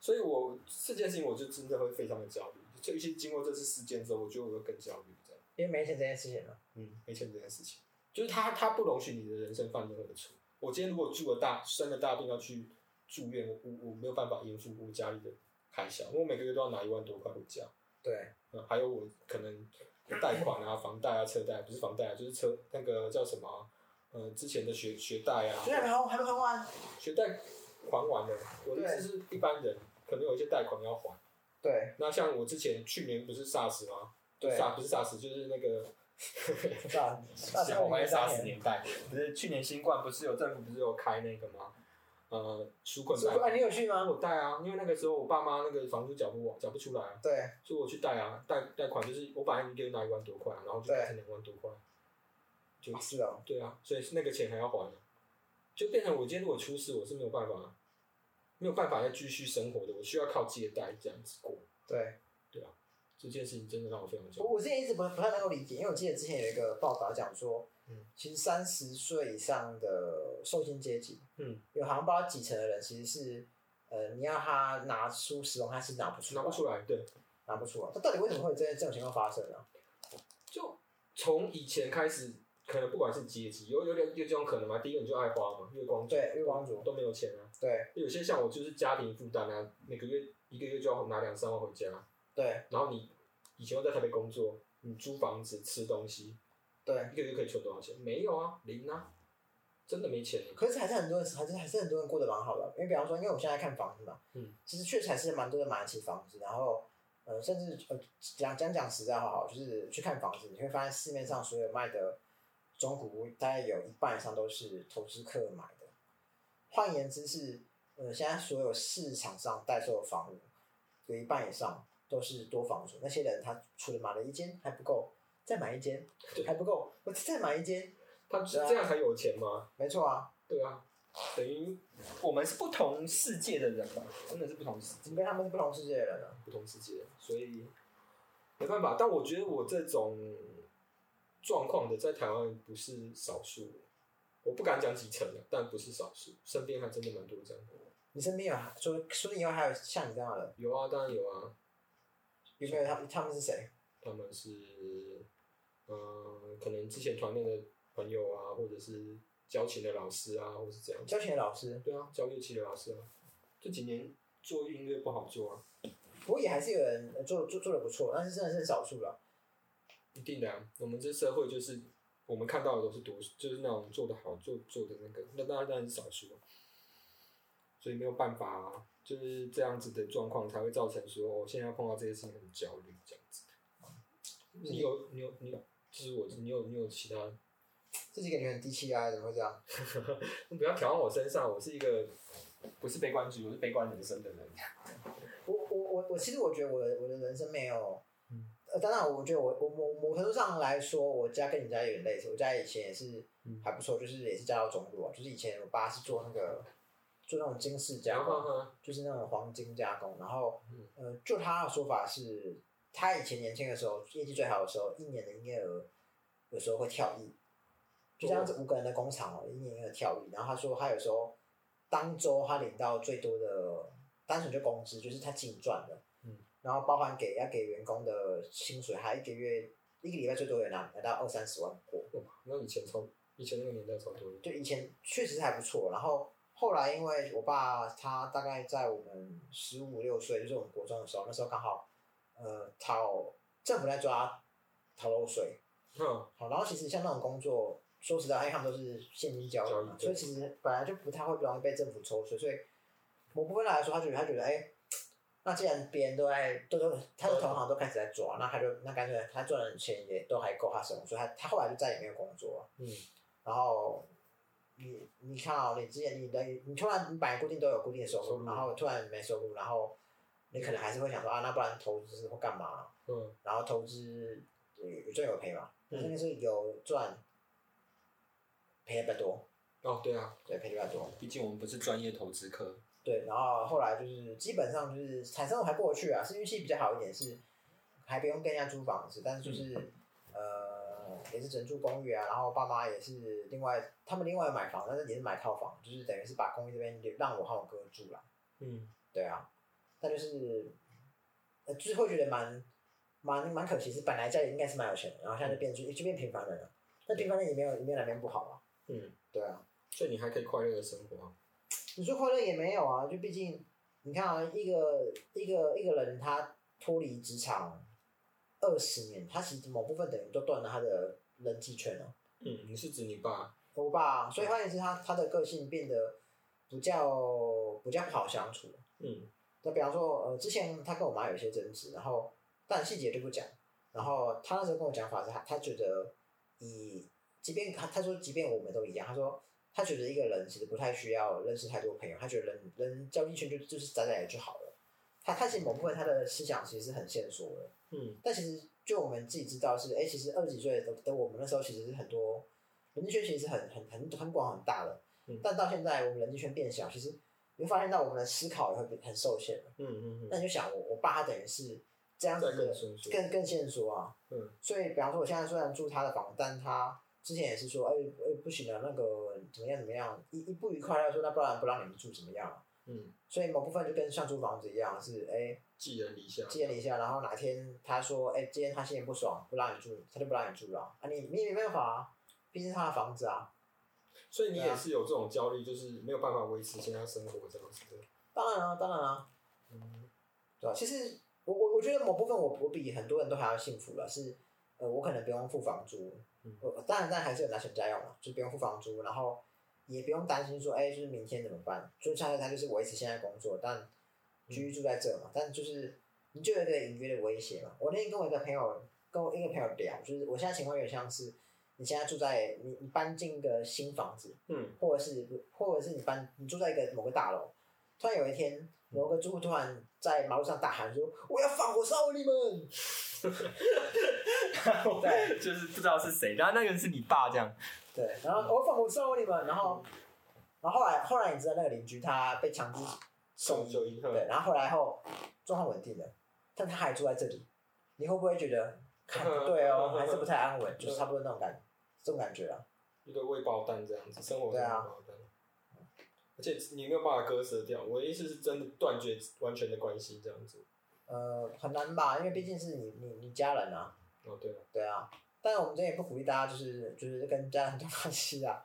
Speaker 2: 所以我这件事情我就真的会非常的焦虑，就尤其经过这次事件之后，我觉得我会更焦虑这样。
Speaker 1: 因为没钱这件事情嘛。
Speaker 2: 嗯，没钱这件事情，就是他他不容许你的人生犯任何的错。我今天如果住了大生了大病要去住院，我我我没有办法应付我家里的开销，因为我每个月都要拿一万多块回家，
Speaker 1: 对
Speaker 2: 嗯，还有我可能贷款啊、房贷啊、车贷，不是房贷啊，就是车那个叫什么啊、呃，之前的学学贷啊，
Speaker 1: 居然没还还没还完。
Speaker 2: 学贷还完了。我的意思是，一般人可能有一些贷款要还。
Speaker 1: 对
Speaker 2: 那像我之前去年不是 SARS 吗？
Speaker 1: 对
Speaker 2: ，SARS 不是 SARS，就是那个
Speaker 1: 大大
Speaker 2: 想我 [LAUGHS] 们
Speaker 1: 三
Speaker 2: 杀死年代，不是去年新冠不是有政府不是有开那个吗？呃，纾困
Speaker 1: 是不哎，
Speaker 2: 贷，
Speaker 1: 你有去
Speaker 2: 那
Speaker 1: 吗？
Speaker 2: 我贷啊，因为那个时候我爸妈那个房租缴不缴不出来啊，
Speaker 1: 对
Speaker 2: 所以我去贷啊，贷贷款就是我本来一个月拿一万多块啊，然后就
Speaker 1: 对
Speaker 2: 变成两万多块，啊就
Speaker 1: 就是哦，
Speaker 2: 对啊，所以那个钱还要还啊，就变成我今天如果出事，我是没有办法，没有办法再继续生活的，我需要靠借贷这样子过。
Speaker 1: 对，
Speaker 2: 这件事情真的让我非常焦
Speaker 1: 我
Speaker 2: 虑。
Speaker 1: 我之前一直不不太能够理解，因为我记得之前有一个报道讲说，
Speaker 2: 嗯
Speaker 1: 其实三十岁以上的受薪阶级，
Speaker 2: 嗯，
Speaker 1: 有好像不知道几成的人其实是，呃，你要他拿出十万，他是拿不出来，
Speaker 2: 拿不出来，对，
Speaker 1: 拿不出来。那到底为什么会有这这种情况发生啊呢？
Speaker 2: 就从以前开始，可能不管是阶级，有有点有这种可能嘛。第一个你就爱花嘛，月光族
Speaker 1: 对月光族
Speaker 2: 都没有钱啊。
Speaker 1: 对
Speaker 2: 有些像我就是家庭负担啊，每个月一个月就要拿两三万回家，
Speaker 1: 对
Speaker 2: 然后你以前又在台北工作，你租房子吃东西，
Speaker 1: 对，
Speaker 2: 一个月可以存多少钱？没有啊，零啊，真的没钱欸、
Speaker 1: 可是还是很多人，还是还是很多人过得蛮好的。因为比方说，因为我现在看房子嘛，
Speaker 2: 嗯，
Speaker 1: 其实确实还是蛮多人买得起房子，然后呃，甚至呃讲讲讲实在话好，就是去看房子，你会发现市面上所有卖的中古屋，大概有一半以上都是投资客买的。换言之是，呃，现在所有市场上待售的房屋，有一半以上都是多房主。那些人他除了买了一间还不够，再买一间
Speaker 2: 对
Speaker 1: 还不够，我再买一间，
Speaker 2: 他是这样才有钱吗？
Speaker 1: 没错啊，
Speaker 2: 对啊，等于我们是不同世界的人吧，真的是不同世界
Speaker 1: 你跟他们是不同世界的人啊。
Speaker 2: 不同世界，所以没办法。但我觉得我这种状况的在台湾不是少数，我不敢讲几成啊，但不是少数，身边还真的蛮多这样的。
Speaker 1: 你身边有说说不定以后还有像你这样的人，
Speaker 2: 有啊，当然有啊，
Speaker 1: 有没有他他们是谁？
Speaker 2: 他们是嗯、呃可能之前团练的朋友啊，或者是交情的老师啊，或是这样。
Speaker 1: 教琴的老师，
Speaker 2: 对啊，教乐器的老师啊，这几年做音乐不好做啊。
Speaker 1: 不过也还是有人呃做做做的不错，但是真的是少数了。
Speaker 2: 一定的、啊，我们这社会就是我们看到的都是多，就是那种做的好、做做的那个，那当然当然是少数啊，所以没有办法、啊，就是这样子的状况才会造成说，我、现在碰到这些事情很焦虑这样子。你有你有你有，就是我你有你有其他，
Speaker 1: 自己感觉很低气压，怎么会这样？
Speaker 2: 你不要挑到我身上，我是一个
Speaker 3: 不是悲观主义，我是悲观人生的人。
Speaker 1: 我我我我，其实我觉得我的我的人生没有
Speaker 2: 嗯，
Speaker 1: 呃，当然，我觉得我我某某程度上来说，我家跟你家有点类似。我家以前也是
Speaker 2: 嗯
Speaker 1: 还不错，就是也是家道中落啊，就是以前我爸是做那个做那种金饰加
Speaker 2: [LAUGHS] 然后
Speaker 1: 工，
Speaker 2: 呢，
Speaker 1: 就是那种黄金加工。然后
Speaker 2: 嗯，
Speaker 1: 呃，就他的说法是，他以前年轻的时候，业绩最好的时候，一年的营业额有时候会跳亿，就这样子五个人的工厂哦，一年营业额跳亿。然后他说，他有时候当周他领到最多的，单纯就工资，就是他净赚的。
Speaker 2: 嗯，
Speaker 1: 然后包含给要给员工的薪水，还一个月一个礼拜最多有拿拿到二三十万过。
Speaker 2: 那以前超以前那个年代超多的，
Speaker 1: 就以前确实还不错，然后后来因为我爸他大概在我们十五六岁，就是我们国中的时候，那时候刚好呃讨政府在抓逃漏税，
Speaker 2: 哼，
Speaker 1: 好，然后其实像那种工作，说实在，因为他们都是现金交易嘛，
Speaker 2: 交
Speaker 1: 所
Speaker 2: 易对
Speaker 1: 以其实本来就不太会容易被政府抽税，所以某部分来说，他觉得他觉得哎。那既然别人都在都都他的同行都开始在抓，那他就那干脆他赚的钱也都还够他生活，所以他他后来就再也没有工作了。
Speaker 2: 嗯，
Speaker 1: 然后你你看啊、你之前你的你突然你本来固定都有固定的收入，
Speaker 2: 收入
Speaker 1: 然后突然没收入，然后你可能还是会想说啊，那不然投资或干嘛？
Speaker 2: 嗯，
Speaker 1: 然后投资有有赚有赔嘛，但是
Speaker 2: 嗯
Speaker 1: 那是有赚，赔的比较多，
Speaker 2: 哦对啊，
Speaker 1: 对，赔的比较多，
Speaker 3: 毕竟我们不是专业投资客，
Speaker 1: 对。然后后来就是基本上就是产生我还过得去啊，是运气比较好一点，是还不用跟人家租房子，但是就是、呃也是只能住公寓啊，然后爸妈也是另外他们另外买房，但是也是买套房，就是等于是把公寓这边留让我和我哥住了，
Speaker 2: 嗯，
Speaker 1: 对啊，但就是呃就是会觉得蛮蛮蛮可惜，是本来家里应该是蛮有钱的，然后现在就变就就变平凡人了，那平凡人也没有也没有哪边不好啊，
Speaker 2: 嗯，
Speaker 1: 对啊，
Speaker 2: 所以你还可以快乐的生活、啊，
Speaker 1: 你说快乐也没有啊，就毕竟你看啊，一个一个一个人他脱离职场二十年，他其实某部分等于都断了他的人际圈了、
Speaker 2: 嗯，你是指你爸，
Speaker 1: 我爸，啊所以换言之他，他的个性变得比较比较不好相处。
Speaker 2: 嗯
Speaker 1: 那比方说，呃，之前他跟我妈有一些争执，然后但细节就不讲。然后他那时候跟我讲法是他，他觉得以即便他他说即便我们都一样，他说他觉得一个人其实不太需要认识太多朋友，他觉得人人交际圈就就是窄窄的就好了。他他其实某部分他的思想其实是很线索的，
Speaker 2: 嗯
Speaker 1: 但其实就我们自己知道是，哎、其实二十几岁的的我们那时候其实是很多人际圈其实是很很很很广很大的，
Speaker 2: 嗯
Speaker 1: 但到现在我们人际圈变小，其实你会发现到我们的思考也会变很受限了。
Speaker 2: 嗯嗯
Speaker 1: 那
Speaker 2: 嗯，
Speaker 1: 你就想我我爸他等于是这样子
Speaker 2: 再
Speaker 1: 的
Speaker 2: 更深说，
Speaker 1: 更更线索啊，
Speaker 2: 嗯，
Speaker 1: 所以比方说我现在虽然住他的房，但他之前也是说，哎、哎、不行了，那个怎么样怎么样，一一不愉快，他说那不然不让你们住怎么样啊？
Speaker 2: 嗯，
Speaker 1: 所以某部分就跟像租房子一样，是哎
Speaker 2: 寄人篱下，
Speaker 1: 寄人篱下，然后哪天他说哎、今天他心情不爽，不让你住，他就不让你住了啊，啊你你也没办法啊，毕竟是他的房子啊。
Speaker 2: 所以你
Speaker 1: 对
Speaker 2: 也
Speaker 1: 啊
Speaker 2: 是有这种焦虑，就是没有办法维持现在生活这样子的。
Speaker 1: 当然啊，当然啊，
Speaker 2: 嗯
Speaker 1: 对吧？其实我我我觉得某部分我我比很多人都还要幸福了，是呃，我可能不用付房租，
Speaker 2: 嗯
Speaker 1: 我当然但还是有拿钱家用嘛，就不用付房租，然后也不用担心说，哎、就是明天怎么办？就像他就是维持现在工作，但居住在这嘛，但就是你就有一个隐约的威胁嘛。我那天跟我一个朋友跟我一个朋友聊，就是我现在情况有点像是。你现在住在你你搬进一个新房子，
Speaker 3: [LAUGHS]
Speaker 2: 嗯
Speaker 1: 或者是或者是你搬你住在一个某个大楼，突然有一天某个住户突然在马路上大喊说：“我要放火烧你们对
Speaker 3: 就是不知道是谁，然后那个人是你爸这样，！”
Speaker 1: 对，然后我要放火烧你们，然后然后后来后来你知道那个邻居他被强制
Speaker 2: 送九一
Speaker 1: 对，
Speaker 2: 二，
Speaker 1: 然后后来后状况稳定了，但他还住在这里，你会不会觉得看不对哦，还是不太安稳，就是差不多那种感这种感觉啊？
Speaker 2: 一个未爆弹这样子，生活
Speaker 1: 对
Speaker 2: 中
Speaker 1: 啊
Speaker 2: 的爆弹。而且你没有办法割舍掉，我的意思是真的断绝完全的关系这样子。
Speaker 1: 呃，很难吧，因为毕竟是你你你家人啊，
Speaker 2: 哦，对了，
Speaker 1: 对啊，但我们这也不鼓励大家就是就是跟家人断关系啊，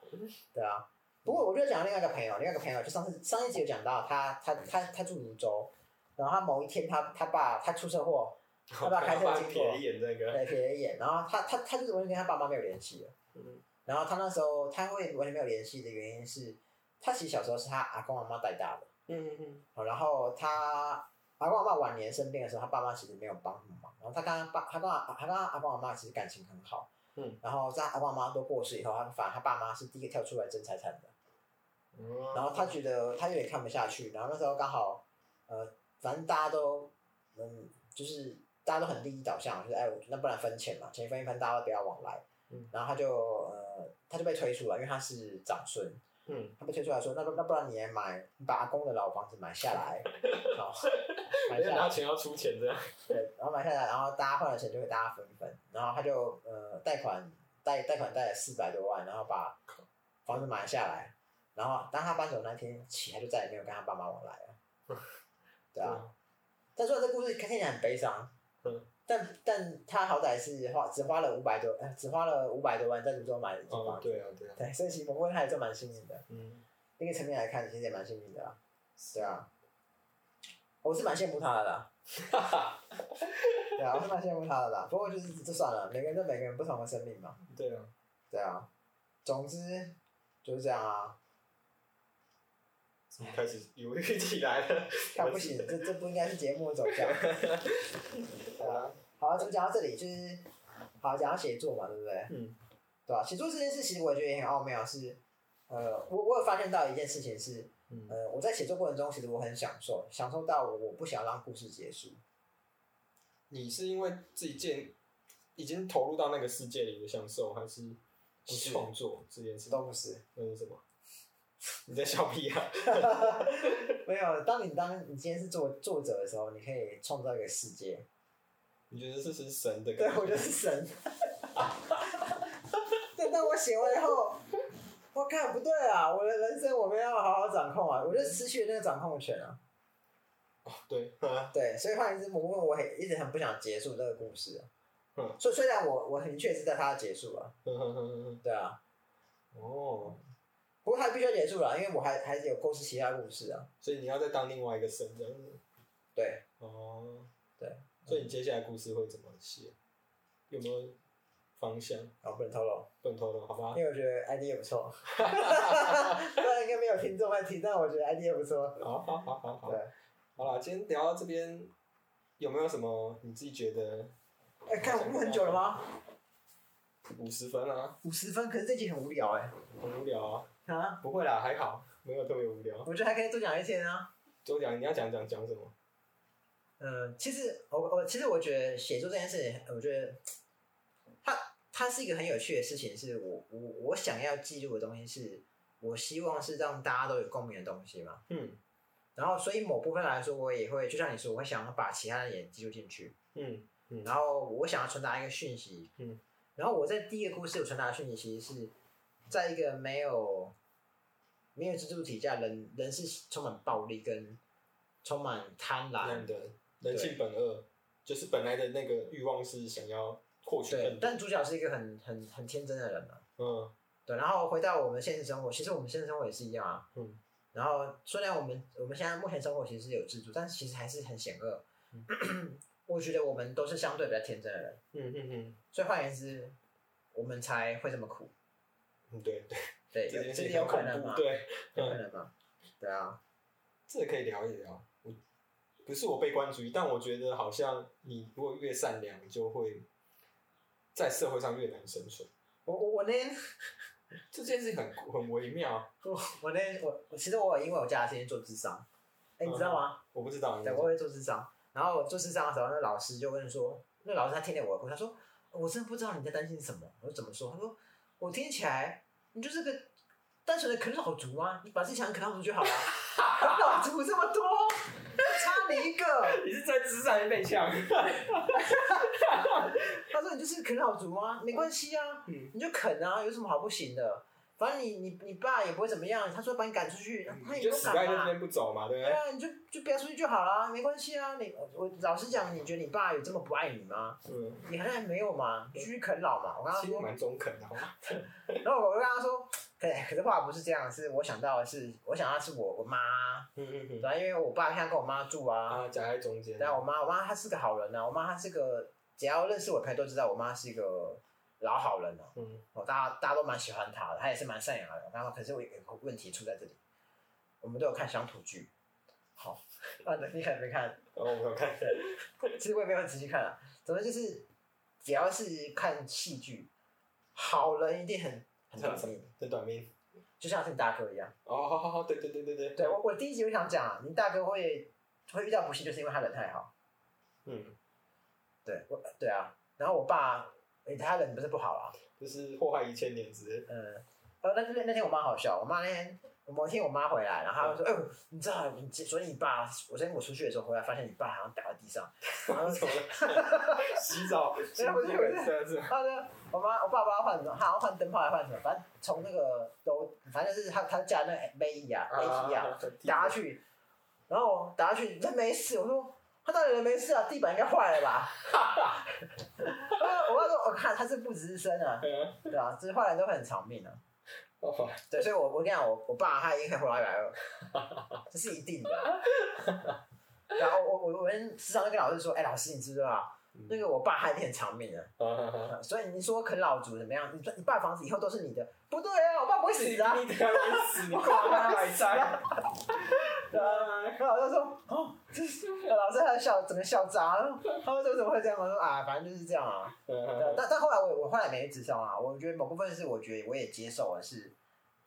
Speaker 1: 对啊。不过我就讲另外一个朋友，另外一个朋友就上次上一集有讲到他他他他住泸州，然后他某一天他他爸他出车祸，要
Speaker 2: [LAUGHS]
Speaker 1: 不要开车经过
Speaker 2: 瞥一？眼那个，
Speaker 1: 对，瞥了一眼，然后他他他就是完全跟他爸妈没有联系了。
Speaker 4: 嗯
Speaker 1: 然后他那时候他会完全没有联系的原因是，他其实小时候是他阿公阿妈带大的。
Speaker 4: 嗯嗯
Speaker 1: 哦然后他阿公阿妈晚年生病的时候，他爸妈其实没有帮忙。然后他跟他爸，他跟他他跟他阿公阿妈其实感情很好。
Speaker 4: 嗯。
Speaker 1: 然后在他阿公阿妈都过世以后，他反而他爸妈是第一个跳出来争财产的。
Speaker 4: 嗯，
Speaker 1: 然后他觉得他有点看不下去，然后那时候刚好，呃，反正大家都，嗯，就是大家都很利益导向，就是哎，那不然分钱嘛，钱分一分，大家都不要往来。
Speaker 4: 嗯
Speaker 1: 然后他就呃，他就被推出来，因为他是长孙，
Speaker 4: 嗯，
Speaker 1: 他被推出来说，那不那不然你也买，你把阿公的老房子买下
Speaker 4: [LAUGHS]
Speaker 1: 来，好，买
Speaker 4: 人
Speaker 1: 下
Speaker 4: 家
Speaker 1: 来
Speaker 4: 拿，钱要出钱这样，
Speaker 1: 对，然后买下来，然后大家换了钱就给大家分一分，然后他就呃贷款贷贷款贷了四百多万，然后把房子买下来，然后当他搬走那天起，他就再也没有跟他爸妈往来了。
Speaker 4: [LAUGHS]
Speaker 1: 对啊，但虽然这故事听起来很悲伤，
Speaker 4: 嗯
Speaker 1: 但但他好歹是花只花了五百多，呃只花了五百多万在泸州买了一间
Speaker 4: 嗯
Speaker 2: 哦
Speaker 1: 房，子，
Speaker 2: 对啊，对啊，
Speaker 1: 对，所以其实我问他也算蛮幸运的。
Speaker 2: 嗯，
Speaker 1: 那个层面来看，其实也蛮幸运的啦。对啊，我是蛮羡慕他的啦。对啊，我是蛮羡慕他的啦。不过就是就算了，每个人都每个人不同的生命嘛。
Speaker 2: [LAUGHS] 对啊，
Speaker 1: 对啊，总之就是这样啊。
Speaker 2: 怎么开始犹豫起来了？ [LAUGHS]
Speaker 1: 看不行，这这不应该是节目的走向。对啊，好，怎么讲到这里？就是好讲到写作嘛，对不对？
Speaker 4: 嗯，
Speaker 1: 对啊吧、写作这件事，其实我觉得也很奥妙，是呃，我我有发现到一件事情是，
Speaker 4: 嗯
Speaker 1: 呃，我在写作过程中，其实我很享受，享受到我我不想让故事结束。
Speaker 2: 你是因为自己建已经投入到那个世界里的享受，还是
Speaker 1: 不是
Speaker 2: 创作这件事？
Speaker 1: 都不哦是，
Speaker 2: 那是什么？ [LAUGHS] 你在笑屁啊？ [LAUGHS]
Speaker 1: 没有。当你当你今天是作作者的时候，你可以创造一个世界。
Speaker 2: 你觉得这是神的
Speaker 1: 对
Speaker 2: 感，觉？
Speaker 1: 我就是神。但但我写完以后，我看不对啊！我的人生我们要好好掌控啊！我就失去了那个掌控权啊。
Speaker 2: 对，啊
Speaker 1: 对，所以换言之，我问我很一直很不想结束这个故事、啊。
Speaker 2: 嗯
Speaker 1: 所以虽然我我明确知道它要结束了、
Speaker 2: 呵呵呵呵呵
Speaker 1: 对啊，
Speaker 2: [LAUGHS] 哦，
Speaker 1: 不过它必须要结束了，因为我还还是有构思其他故事啊。
Speaker 2: 所以你要再当另外一个神这样子。
Speaker 1: 对，
Speaker 2: 哦，
Speaker 1: 对，
Speaker 2: 所以你接下来故事会怎么写？有没有方向？
Speaker 1: 然后不能透露。
Speaker 2: 不能透露，好吧？
Speaker 1: 因为我觉得 ID 也不错， [LAUGHS] 虽然应该没有听众会听，但我觉得 ID 也不错。
Speaker 2: 好好好好好
Speaker 1: 对，，
Speaker 2: 好啦，今天聊到这边，有没有什么你自己觉得
Speaker 1: 哎、看我们很久了吗？
Speaker 2: 五十分啊，
Speaker 1: 五十分，可是这集很无聊哎、
Speaker 2: 很无聊啊？
Speaker 1: 啊，
Speaker 2: 不会啦，还好，没有特别无聊。
Speaker 1: 我觉得还可以多讲一天啊。
Speaker 2: 周讲你要讲讲讲什么？
Speaker 1: 嗯，其实我我其实我觉得写作这件事情，我觉得它它是一个很有趣的事情，是我我我想要记录的东西是，我希望是让大家都有共鸣的东西嘛。
Speaker 2: 嗯
Speaker 1: 然后，所以某部分来说，我也会就像你说，我会想要把其他人也记录进去。
Speaker 2: 嗯
Speaker 1: 然后我想要传达一个讯息，
Speaker 2: 嗯，
Speaker 1: 然后我在第一个故事我传达的讯息其实是在一个没有没有支柱底下，人人是充满暴力跟充满贪婪
Speaker 2: 人的人性本恶，就是本来的那个欲望是想要获取
Speaker 1: 对
Speaker 2: 更，多。
Speaker 1: 但主角是一个很很很天真的人嘛，
Speaker 2: 嗯
Speaker 1: 对，然后回到我们现实生活，其实我们现实生活也是一样啊，
Speaker 2: 嗯，
Speaker 1: 然后虽然我们我们现在目前生活其实是有支柱，但是其实还是很险恶， [CLEARS THROAT] 我觉得我们都是相对比较天真的人，
Speaker 2: 嗯嗯嗯
Speaker 1: 所以换言之，我们才会这么苦，
Speaker 2: 嗯，对对，
Speaker 1: 对，
Speaker 2: 这
Speaker 1: 有
Speaker 2: 件
Speaker 1: 这
Speaker 2: 事
Speaker 1: 是
Speaker 2: 情
Speaker 1: 有
Speaker 2: 很
Speaker 1: 可
Speaker 2: 恐
Speaker 1: 能嘛
Speaker 2: 怖，，对，
Speaker 1: 有可能嘛，对啊，
Speaker 2: 这可以聊一聊。我不是我悲观主义，但我觉得好像你如果越善良，就会在社会上越难生存。
Speaker 1: 我我我那天
Speaker 2: 这件事情很很微妙，
Speaker 1: 我我那天我我其实我有因为我家的事情做智商，哎、你知道吗？
Speaker 2: 我不知道。
Speaker 1: 对，我会做智商。然后我做智商的时候，那老师就跟说，那老师他听了我的故事，他说：“我真的不知道你在担心什么。”我说：“怎么说？”他说：“我听起来你就是个单纯的啃老族啊，你把自己想成啃老族就好了、 [LAUGHS] 啃老族这么多，差你一个。
Speaker 2: 你是在职场被
Speaker 1: [LAUGHS]
Speaker 2: 呛？
Speaker 1: 他说你就是啃老族啊，没关系啊，
Speaker 2: 嗯
Speaker 1: 你就啃啊，有什么好不行的？反正你你你爸也不会怎么样，他说把你赶出去，他
Speaker 2: 嗯
Speaker 1: 也
Speaker 2: 你就
Speaker 1: 没有
Speaker 2: 死
Speaker 1: 赶
Speaker 2: 在
Speaker 1: 嘛
Speaker 2: 那。边不走嘛，对不
Speaker 1: 对
Speaker 2: 对？
Speaker 1: 啊，你就就不要出去就好啦，没关系啊。你我我老实讲，你觉得你爸有这么不爱你吗？
Speaker 2: 嗯，
Speaker 1: 你好像没有嘛，你继续啃老嘛。我跟他
Speaker 2: 其实
Speaker 1: 说，
Speaker 2: 蛮中肯的，好吗？ [LAUGHS]
Speaker 1: 然后我就跟他说， [LAUGHS] 可可是话不是这样，是我想到的是，我想到的是我我妈，
Speaker 2: 嗯嗯
Speaker 1: 对啊，因为我爸现在跟我妈住啊，
Speaker 2: 啊，夹在中间。
Speaker 1: 对啊，我妈我妈她是个好人呐、啊，我妈她是个只要认识我的朋友都知道我妈是一个老好人了、啊，
Speaker 2: 嗯
Speaker 1: 哦，大家大家都蛮喜欢她的，她也是蛮善良的，然后可是我有个问题出在这里，我们都有看乡土剧，好， [LAUGHS] 啊，你可能没看，
Speaker 2: 然哦后我们看，
Speaker 1: 其实我也没有仔细看啊，总之就是只要是看戏剧，好人一定很很短命，
Speaker 2: 很短命。
Speaker 1: 就像是你大哥一样。
Speaker 2: 哦，好好好，对对对对对
Speaker 1: 对我，我第一集就想讲啊，你大哥会会遇到不幸，就是因为他人太好。
Speaker 2: 嗯，
Speaker 1: 对，我对啊。然后我爸，诶他人不是不好啊，
Speaker 2: 就是祸害一千年之 [LAUGHS] 类。
Speaker 1: 嗯，呃，那那那天我妈好笑，我妈那天某天我妈回来，然后她就说：“哎、呦，你知道，你昨天你爸，我昨天我出去的时候回来，发现你爸好像倒在地上。”然后
Speaker 2: 怎么了？
Speaker 1: [LAUGHS]
Speaker 2: 洗澡，洗澡
Speaker 1: 不是不是
Speaker 2: 是是。
Speaker 1: 他呢，我妈我爸爸换什么，好像换灯泡还换什么，反正从那个楼，反正就是他他家那个杯椅啊，杯椅啊，打下去，然后我打下去人没事，我说他到底人没事啊？地板应该坏了吧？我爸说，我看他是不吱声啊，
Speaker 2: 嗯
Speaker 1: 对啊，这坏人都很长命啊。
Speaker 2: 哦，
Speaker 1: 对，所以我我跟你讲，我我爸他已经可以活到一百二，
Speaker 2: [LAUGHS]
Speaker 1: 这是一定的。啊然后我我我们时常就跟老师说，哎、老师你知不知道啊
Speaker 2: 嗯
Speaker 1: 那个我爸他一定很长命的、
Speaker 2: 好好好
Speaker 1: 啊所以你说啃老族怎么样？你说你爸房子以后都是你的，不对啊，我爸不会死啊。
Speaker 2: 你得要死，你挂他买单。
Speaker 1: 对啊，然后老师说，哦，这是老师他笑，整个笑砸了。他说这怎么会这样？我说啊，反正就是这样啊。对啊
Speaker 2: 嗯
Speaker 1: 但但后来我我后来没去直销啊，我觉得某部分是我觉得我也接受了是，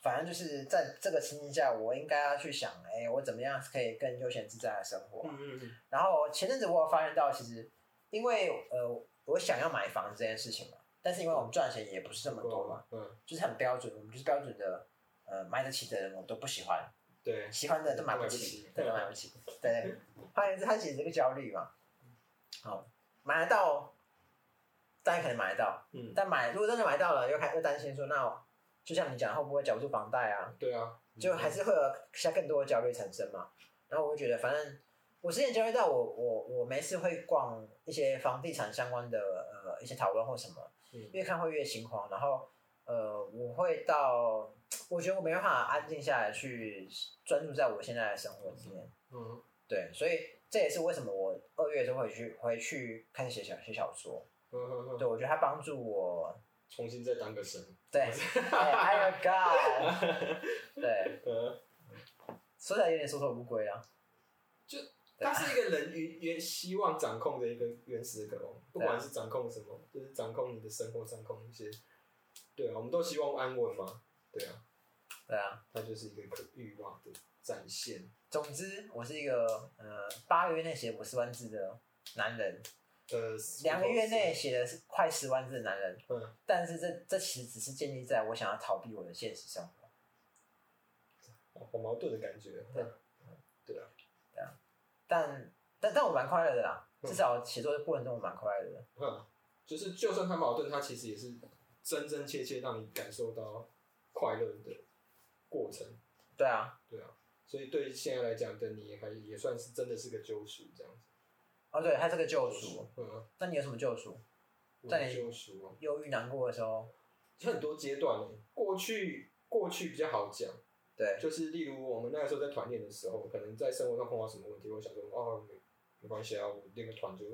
Speaker 1: 反正就是在这个情境下，我应该要去想，哎、我怎么样可以更悠闲自在的生活啊、
Speaker 2: 嗯嗯，
Speaker 1: 然后前阵子我有发现到，其实因为呃，我想要买房子这件事情嘛，但是因为我们赚钱也不是这么多嘛，
Speaker 2: 嗯，
Speaker 1: 就是很标准，我们就是标准的，呃，买得起的人我都不喜欢，
Speaker 2: 对，
Speaker 1: 喜欢的都买不起，对，都买不起，对，他也是他写这个焦虑嘛，好，买得到，大家可能买得到，
Speaker 2: 嗯，
Speaker 1: 但买如果真的买到了，又开又担心说，那我就像你讲，会不会缴不出房贷啊？
Speaker 2: 对啊，
Speaker 1: 就还是会有其他更多的焦虑产生嘛。然后我会觉得，反正我之前焦虑到我我我没事会逛一些房地产相关的呃一些讨论或什么，
Speaker 2: 嗯
Speaker 1: 越看会越心慌。然后呃，我会到我觉得我没办法安静下来去专注在我现在的生活里面。
Speaker 2: 嗯
Speaker 1: 对，所以这也是为什么我二月的时候会去回去开始写小写小说。
Speaker 2: 嗯
Speaker 1: 对，
Speaker 2: 嗯，
Speaker 1: 我觉得它帮助我。
Speaker 2: 重新再当个神。
Speaker 1: 对，I am God。对，
Speaker 2: 呃，
Speaker 1: 说起来有点缩头乌龟啊。
Speaker 2: 它是一个人原原希望掌控的一个原始的渴望，不管是掌控什么，就是掌控你的生活，掌控一些。对啊，我们都希望安稳嘛。对啊，
Speaker 1: 对啊。
Speaker 2: 它就是一个可欲望的展现。
Speaker 1: 总之，我是一个呃八个月内写五十万字的男人，
Speaker 2: 呃，
Speaker 1: 两个月内，写了是快十万字的男人，
Speaker 2: 嗯，
Speaker 1: 但是这这其实只是建立在我想要逃避我的现实生活。
Speaker 2: 好矛盾的感觉。
Speaker 1: 但但但我蛮快乐的啦，
Speaker 2: 嗯
Speaker 1: 至少写作的过程中我蛮快乐的。
Speaker 2: 嗯，就是就算它矛盾，它其实也是真真切切让你感受到快乐的过程，
Speaker 1: 对啊，
Speaker 2: 对啊。所以对现在来讲的你，还也算是真的是个救赎这样子。
Speaker 1: 哦对，他这个救赎，，
Speaker 2: 嗯，
Speaker 1: 那你有什么救赎？
Speaker 2: 我
Speaker 1: 在
Speaker 2: 的救赎啊，
Speaker 1: 忧郁难过的时候，
Speaker 2: 很多阶段呢、过去过去比较好讲，
Speaker 1: 对
Speaker 2: 就是例如我们那个时候在团练的时候，可能在生活上碰到什么问题，我想说哦没没关系啊，我练个团就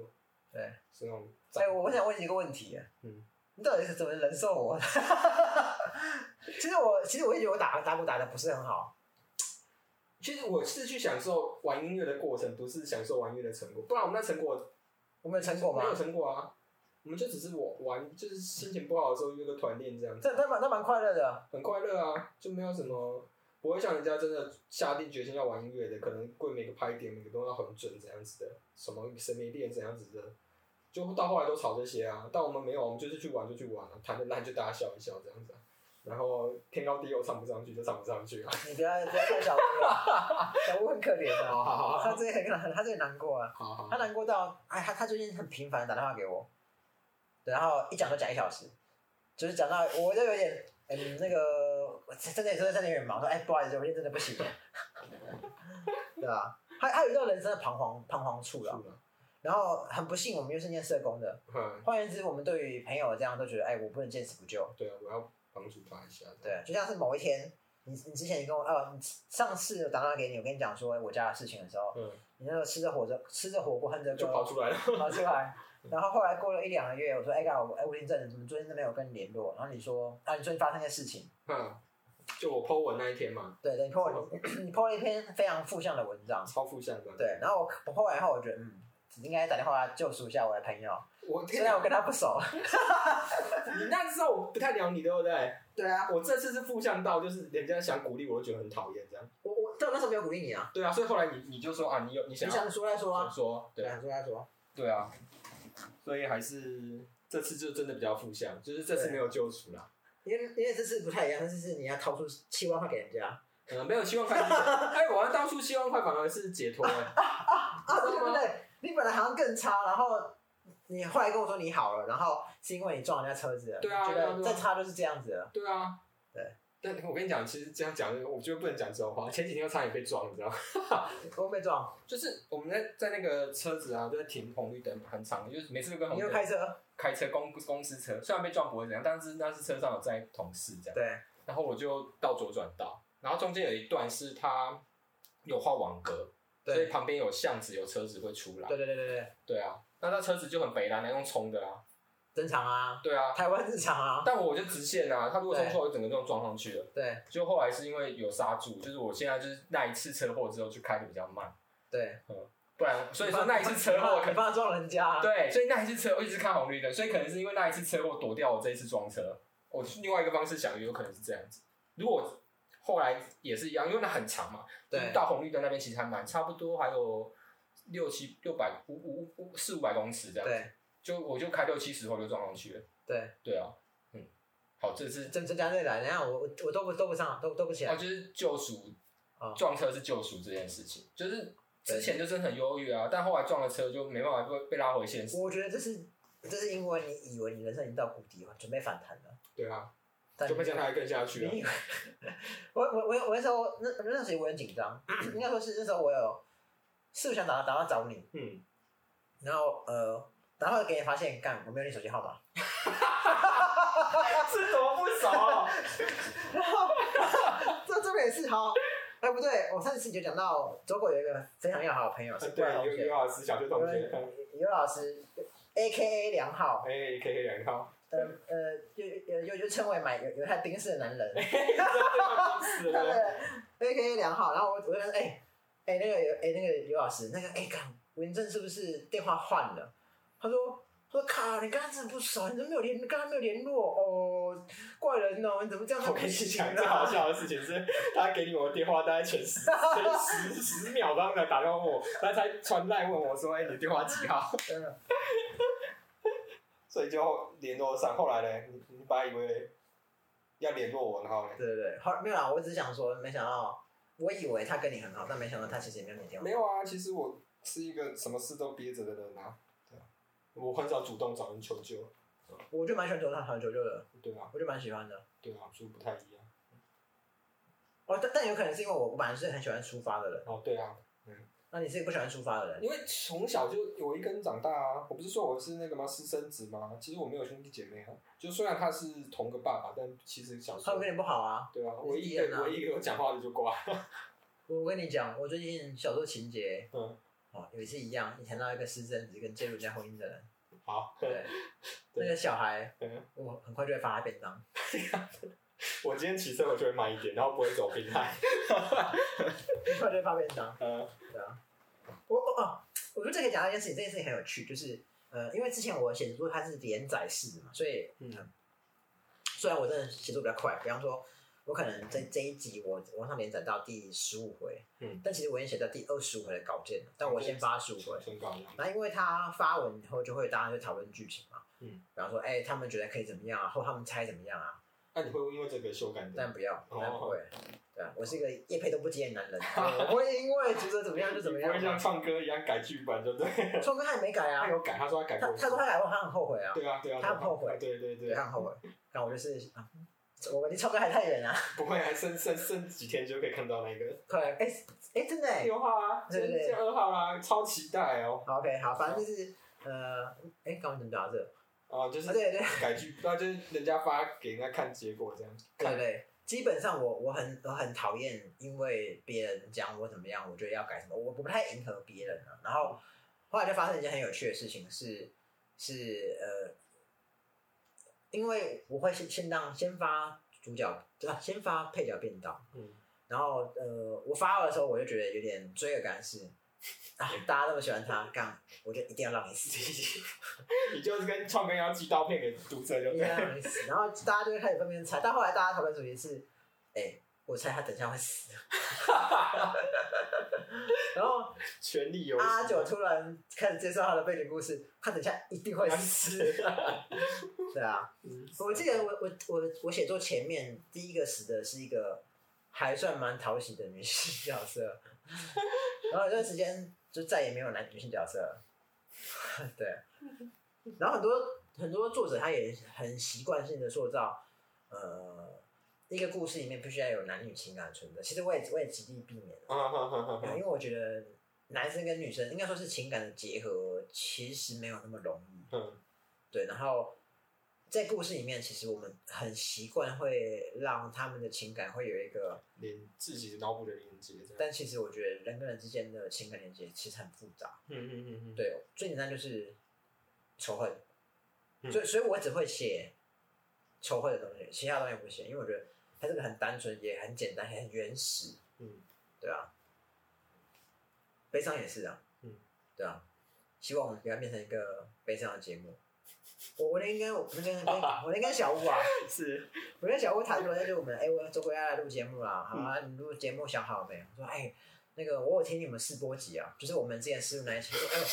Speaker 1: 对。
Speaker 2: 是那种。
Speaker 1: 哎、我我想问你一个问题，啊
Speaker 2: 嗯，
Speaker 1: 你到底是怎么忍受我的？ [LAUGHS] 其实我其实我也觉得我打打鼓打的不是很好，
Speaker 2: 其实我是去享受玩音乐的过程，不是享受玩音乐的成果。不然我们那成果
Speaker 1: 我没有成果吗
Speaker 2: 没？有成果啊，我们就只是我玩，就是心情不好的时候约个团练这样子，
Speaker 1: 这那蛮那蛮快乐的。
Speaker 2: 很快乐啊，就没有什么不会像人家真的下定决心要玩音乐的，可能对每个拍点每个都要很准怎样子的，什么审美练怎样子的，就到后来都吵这些啊。但我们没有，我们就是去玩就去玩啊，弹的烂就大家笑一笑这样子、啊。然后天高地厚唱不上去就唱不上去啊，
Speaker 1: 你不要不要看小吴了，
Speaker 2: [LAUGHS]
Speaker 1: 小吴很可怜的、
Speaker 2: 好好好
Speaker 1: 他最近很很他最近难过啊，
Speaker 2: 好好
Speaker 1: 他，难过到哎，他他最近很频繁地打电话给我，对然后一讲就讲一小时，就是讲到我就有点嗯那个，我真的真的真的有点忙，说哎不好意思，我今天真的不行， [LAUGHS] 对吧、他他有遇到人生的彷徨彷徨处了，
Speaker 2: 了，
Speaker 1: 然后很不幸我们又是念社工的，
Speaker 2: 嗯，
Speaker 1: 换言之，我们对于朋友这样都觉得哎我不能见死不救，
Speaker 2: 对啊，我要帮助他一下。
Speaker 1: 对，就像是某一天，你你之前你跟我哦，你上次我打电话给你，我跟你讲说我家的事情的时候，
Speaker 2: 嗯，
Speaker 1: 你那时候吃着火着吃着火锅哼着
Speaker 2: 就
Speaker 1: 歌
Speaker 2: 跑出来了。
Speaker 1: [LAUGHS] 跑出来，然后后来过了一两个月，我说哎，干我哎吴林正，怎么最近都没有跟你联络？然后你说啊，你最近发生一些事情，
Speaker 2: 嗯，就我 Po 文那一天嘛，
Speaker 1: 对，对你 po [CLEARS THROAT] 你 po 了一篇非常负向的文章，
Speaker 2: 超负向的。，
Speaker 1: 对，然后我我 po 完以后，我觉得嗯，应该打电话救赎一下我的朋友，
Speaker 2: 我
Speaker 1: 虽
Speaker 2: 天
Speaker 1: 然
Speaker 2: 啊
Speaker 1: 我跟他不熟，
Speaker 2: 你那时候我不太聊你，对不对？
Speaker 1: [LAUGHS] 对啊，
Speaker 2: 我这次是负向到，就是人家想鼓励我，就觉得很讨厌这样。
Speaker 1: 我我但我那时候没有鼓励你啊，
Speaker 2: 对啊，所以后来你你就说啊，你有你
Speaker 1: 你
Speaker 2: 想要
Speaker 1: 想说再说啊，
Speaker 2: 说，对
Speaker 1: 想说再说，
Speaker 2: 对啊，所以还是这次就真的比较负向，就是这次
Speaker 1: 对
Speaker 2: 没有救赎啦。
Speaker 1: 因为因为这次不太一样，这次是你要掏出七万块给人家。
Speaker 2: [LAUGHS] 嗯，没有希望快， [LAUGHS] 哎，我要到处希望快，反而是解脱 [LAUGHS] 了。
Speaker 1: 啊，对对对，你本来好像更差，然后你后来跟我说你好了，然后是因为你撞人家车子了，
Speaker 2: 对啊
Speaker 1: 你觉
Speaker 2: 对啊
Speaker 1: 得
Speaker 2: 对啊
Speaker 1: 再差就是这样子了。
Speaker 2: 对啊，
Speaker 1: 对。
Speaker 2: 但我跟你讲，其实这样讲，我觉得不能讲这种话。前几天又差点被撞，你知道吗？
Speaker 1: 我被撞，
Speaker 2: 就是我们在在那个车子啊，就在停红绿灯，很长，就是每次都跟红
Speaker 1: 你
Speaker 2: 绿
Speaker 1: 又
Speaker 2: 灯
Speaker 1: 开车，
Speaker 2: 开车公公司车，虽然被撞不会怎样，但是那是车上有在同事这样。
Speaker 1: 对，
Speaker 2: 然后我就到左转道，然后中间有一段是它有画网格，
Speaker 1: 对
Speaker 2: 所以旁边有巷子有车子会出来。
Speaker 1: 对对对对对，
Speaker 2: 对啊，那那车子就很北蓝，那啊用冲的啦。
Speaker 1: 正常啊，
Speaker 2: 对啊，
Speaker 1: 台湾日常啊，
Speaker 2: 但我就直线啊，他如果冲错，我就整个这种撞上去了。
Speaker 1: 对
Speaker 2: 就后来是因为有刹住，就是我现在就是那一次车祸之后就开的比较慢，
Speaker 1: 对，
Speaker 2: 不然所以说那一次车
Speaker 1: 你怕
Speaker 2: 祸可
Speaker 1: 你怕撞人家啊，
Speaker 2: 对，所以那一次车我一直看红绿灯，所以可能是因为那一次车祸躲掉我这一次撞车。我另外一个方式想，也有可能是这样子。如果我后来也是一样，因为那很长嘛，就是
Speaker 1: 对
Speaker 2: 到红绿灯那边其实还蛮，差不多还有六七六百五五五四五百公尺这样子。
Speaker 1: 对
Speaker 2: 就我就开六七十后就撞上去了。
Speaker 1: 对，
Speaker 2: 对啊，嗯，好，这是
Speaker 1: 正正加对来，等一下我我我都不都不上，都都不起
Speaker 2: 啊，
Speaker 1: 来，
Speaker 2: 就是救赎
Speaker 1: 啊
Speaker 2: 撞车是救赎这件事情，就是之前就真的很忧郁啊，但后来撞了车就没办法被被拉回现实。
Speaker 1: 我觉得这是这是因为你以为你人生已经到谷底了，准备反弹了，
Speaker 2: 对啊，
Speaker 1: 但你
Speaker 2: 还跟下去
Speaker 1: 你以为 [LAUGHS] 我我我我那时候那那时候我很紧张， [CLEARS THROAT] 应该说是那时候我有是不是想打打电话找你，
Speaker 2: 嗯，
Speaker 1: 然后呃打电话给你发现干我没有你手机号码，
Speaker 2: 是怎么不熟、 [LAUGHS]
Speaker 1: 然后这这点是好，哎不对，我上次就讲到中国有一个非常要好的朋友是郭同学，
Speaker 2: 老师小学
Speaker 1: 有人有老师 A K A 梁浩，
Speaker 2: 哎，可以两号，
Speaker 1: 呃呃又又又又称为买有有他冰室的男
Speaker 2: [LAUGHS]
Speaker 1: 人，
Speaker 2: 死
Speaker 1: 对对对 A K A 良好，然后我我就跟他说，哎、哎、那个有哎、那个刘老师，那个哎刚、文正是不是电话换了？他说他说靠，你跟他真的不熟，你怎么没有联，你跟他没有联络哦，怪人哦，你怎么这样子
Speaker 2: 我
Speaker 1: 不
Speaker 2: 跟你
Speaker 1: 行
Speaker 2: 讲，
Speaker 1: 啊？[LAUGHS]
Speaker 2: 最好笑的事情是，他给你我的电话，大概前十前十十秒钟才打电话问我，他才传赖问我说：“哎、你电话几号
Speaker 1: 真的，？”
Speaker 2: [LAUGHS] 所以就联络上。后来呢，你你爸以为要联络我，然后呢？
Speaker 1: 对对对，好没有啦，我只是想说，没想到我以为他跟你很好，但没想到他其实也没有你电话
Speaker 2: 没。有啊，其实我是一个什么事都憋着的人啊。对啊，我很少主动找人求救。
Speaker 1: 我就蛮喜欢九他很久就的，
Speaker 2: 对啊，
Speaker 1: 我就蛮喜欢的。
Speaker 2: 对啊，所以不太一样。
Speaker 1: 哦，但但有可能是因为我我本来是很喜欢出发的人，
Speaker 2: 哦，对啊，
Speaker 1: 那你是一个不喜欢出发的人，
Speaker 2: 因为从小就我一个人长大啊，我不是说我是那个吗？私生子吗？其实我没有兄弟姐妹啊，就虽然他是同个爸爸，但其实小时
Speaker 1: 他
Speaker 2: 候
Speaker 1: 会跟你不好啊。
Speaker 2: 对啊，
Speaker 1: 你是
Speaker 2: 唯一
Speaker 1: 敌人啊
Speaker 2: 的唯一有讲话的就挂。
Speaker 1: 我跟你讲，我最近小说情节，
Speaker 2: 嗯，
Speaker 1: 哦，有一次一样，你谈到一个私生子跟介入人家婚姻的人，
Speaker 2: 好，
Speaker 1: 对，
Speaker 2: 对
Speaker 1: 那个小孩
Speaker 2: 嗯，
Speaker 1: 我很快就会发他便当，
Speaker 2: 我今天骑车我就会慢一点，然后不会走平台。
Speaker 1: 很快就会发便当， [LAUGHS]
Speaker 2: 嗯
Speaker 1: 对啊。我我哦，我觉得这可以讲到一件事情，这件事情很有趣，就是呃，因为之前我写作它是连载式的嘛，所以
Speaker 2: 嗯
Speaker 1: 虽然我真的写作比较快，比方说。我可能这这一集我往上连载到第十五回，
Speaker 2: 嗯，
Speaker 1: 但其实我已经写到第二十五回的稿件了，但我先发十五回，
Speaker 2: 身高一样。
Speaker 1: 那因为他发文以后，就会大家就讨论剧情嘛，
Speaker 2: 嗯，
Speaker 1: 然后说，哎、他们觉得可以怎么样啊，或他们猜怎么样啊，
Speaker 2: 那你会因为这个修改你
Speaker 1: 但
Speaker 2: 的？
Speaker 1: 不要，
Speaker 2: 哦
Speaker 1: 但不会，对啊，我是一个叶配都不接的男人，我不会因为觉得怎么样就怎么
Speaker 2: [LAUGHS] 你不会像
Speaker 1: 样。
Speaker 2: 唱歌一样改剧本，对不对？
Speaker 1: 创哥他也没改
Speaker 2: [LAUGHS] 他
Speaker 1: 啊，
Speaker 2: 有改，他说他改
Speaker 1: 他
Speaker 2: 过。
Speaker 1: 他说他改过，他很后悔啊，
Speaker 2: 对啊对啊，
Speaker 1: 他很后悔
Speaker 2: 对对
Speaker 1: 对，啊
Speaker 2: 对
Speaker 1: 他，很后悔。但我就是啊，我离创哥还太远啊，
Speaker 2: 不会，还剩剩剩几天就可以看到那个
Speaker 1: 快来，哎、哎、真的、欸，
Speaker 2: 六号啊，
Speaker 1: 对对对
Speaker 2: 二号啦，超期待哦。
Speaker 1: 好 OK，好，反正就是呃，哎、刚刚怎么讲到这？
Speaker 2: 哦，就是
Speaker 1: 啊对对
Speaker 2: 改句，那就是人家发给人家看结果这样。
Speaker 1: 对对，基本上我我很我很讨厌，因为别人讲我怎么样，我就要改什么，我我不太迎合别人了、然
Speaker 2: 嗯
Speaker 1: 后后来就发生一件很有趣的事情是，是呃，因为我会先先让先发主角啊，先发配角变道，
Speaker 2: 嗯，
Speaker 1: 然后呃，我发了的时候我就觉得有点罪恶感是。啊！大家那么喜欢他，干，我就一定要让你死，
Speaker 2: 你就是跟创哥要寄刀片给读者就
Speaker 1: 一定
Speaker 2: 对
Speaker 1: 要
Speaker 2: 了。
Speaker 1: 让你死。 [LAUGHS] 然后大家就会开始纷纷猜，但后来大家讨论主题是：哎、我猜他等一下会死。 [LAUGHS] 然后
Speaker 2: 权力游戏。
Speaker 1: 阿九突然开始介绍他的背景故事，他等一下一定会死。对啊，我记得我我我我写作前面第一个死的是一个还算蛮讨喜的女性角色，然后有段时间就再也没有男女性角色了。对，然后很多很多作者他也很习惯性的塑造，呃，一个故事里面必须要有男女情感存在。其实我也我也极力避免了。
Speaker 2: 啊哈哈哈
Speaker 1: 对，
Speaker 2: 哈
Speaker 1: 因为我觉得男生跟女生应该说是情感的结合，其实没有那么容易。
Speaker 2: 嗯，
Speaker 1: 对，然后在故事里面，其实我们很习惯会让他们的情感会有一个，
Speaker 2: 连自己脑补的连接这样。
Speaker 1: 但其实我觉得人跟人之间的情感连接其实很复杂。
Speaker 2: 嗯嗯嗯嗯，
Speaker 1: 对，最简单就是仇恨，
Speaker 2: 嗯
Speaker 1: 所以所以我只会写仇恨的东西，其他东西不写，因为我觉得它这个很单纯，也很简单，也很原始。
Speaker 2: 嗯，
Speaker 1: 对啊，悲伤也是啊，
Speaker 2: 嗯，
Speaker 1: 对啊，希望我们不要变成一个悲伤的节目。我我那天跟我那天跟我那天跟小吴啊，
Speaker 2: 是
Speaker 1: 我跟小吴谈论，就是我们哎、我周哥要来录节目啦，好啊，你录节目想好没？我说哎、那个我有听你们试播集啊，就是我们之前试录那一期，我说哎呦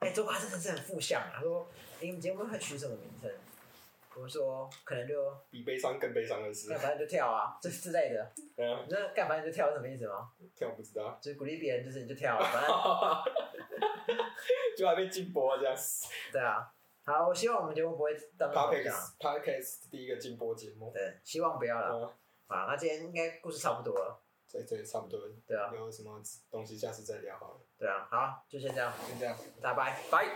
Speaker 1: 哎、周哥真的是很负向啊，他说你们节目会取什么名称？我说可能就
Speaker 2: 比悲伤更悲伤的事
Speaker 1: 干。反正就跳啊，这之类的。
Speaker 2: 嗯，
Speaker 1: 你知道干反正就跳是什么意思吗？
Speaker 2: 这我不知道，
Speaker 1: 就是鼓励别人，就是你就跳啊，反
Speaker 2: [LAUGHS]
Speaker 1: 正
Speaker 2: 就还被禁播这样。
Speaker 1: 对啊。好，我希望我们节目不会当
Speaker 2: Podcast Podcast 第一个禁播节目。
Speaker 1: 对，希望不要了。
Speaker 2: 嗯，
Speaker 1: 好，那今天应该故事差不多了，
Speaker 2: 这这差不多了。
Speaker 1: 对啊，
Speaker 2: 有什么东西下次再聊好了，
Speaker 1: 对啊。好，就先这样，
Speaker 2: 就这样。
Speaker 1: 大家拜。
Speaker 5: 拜。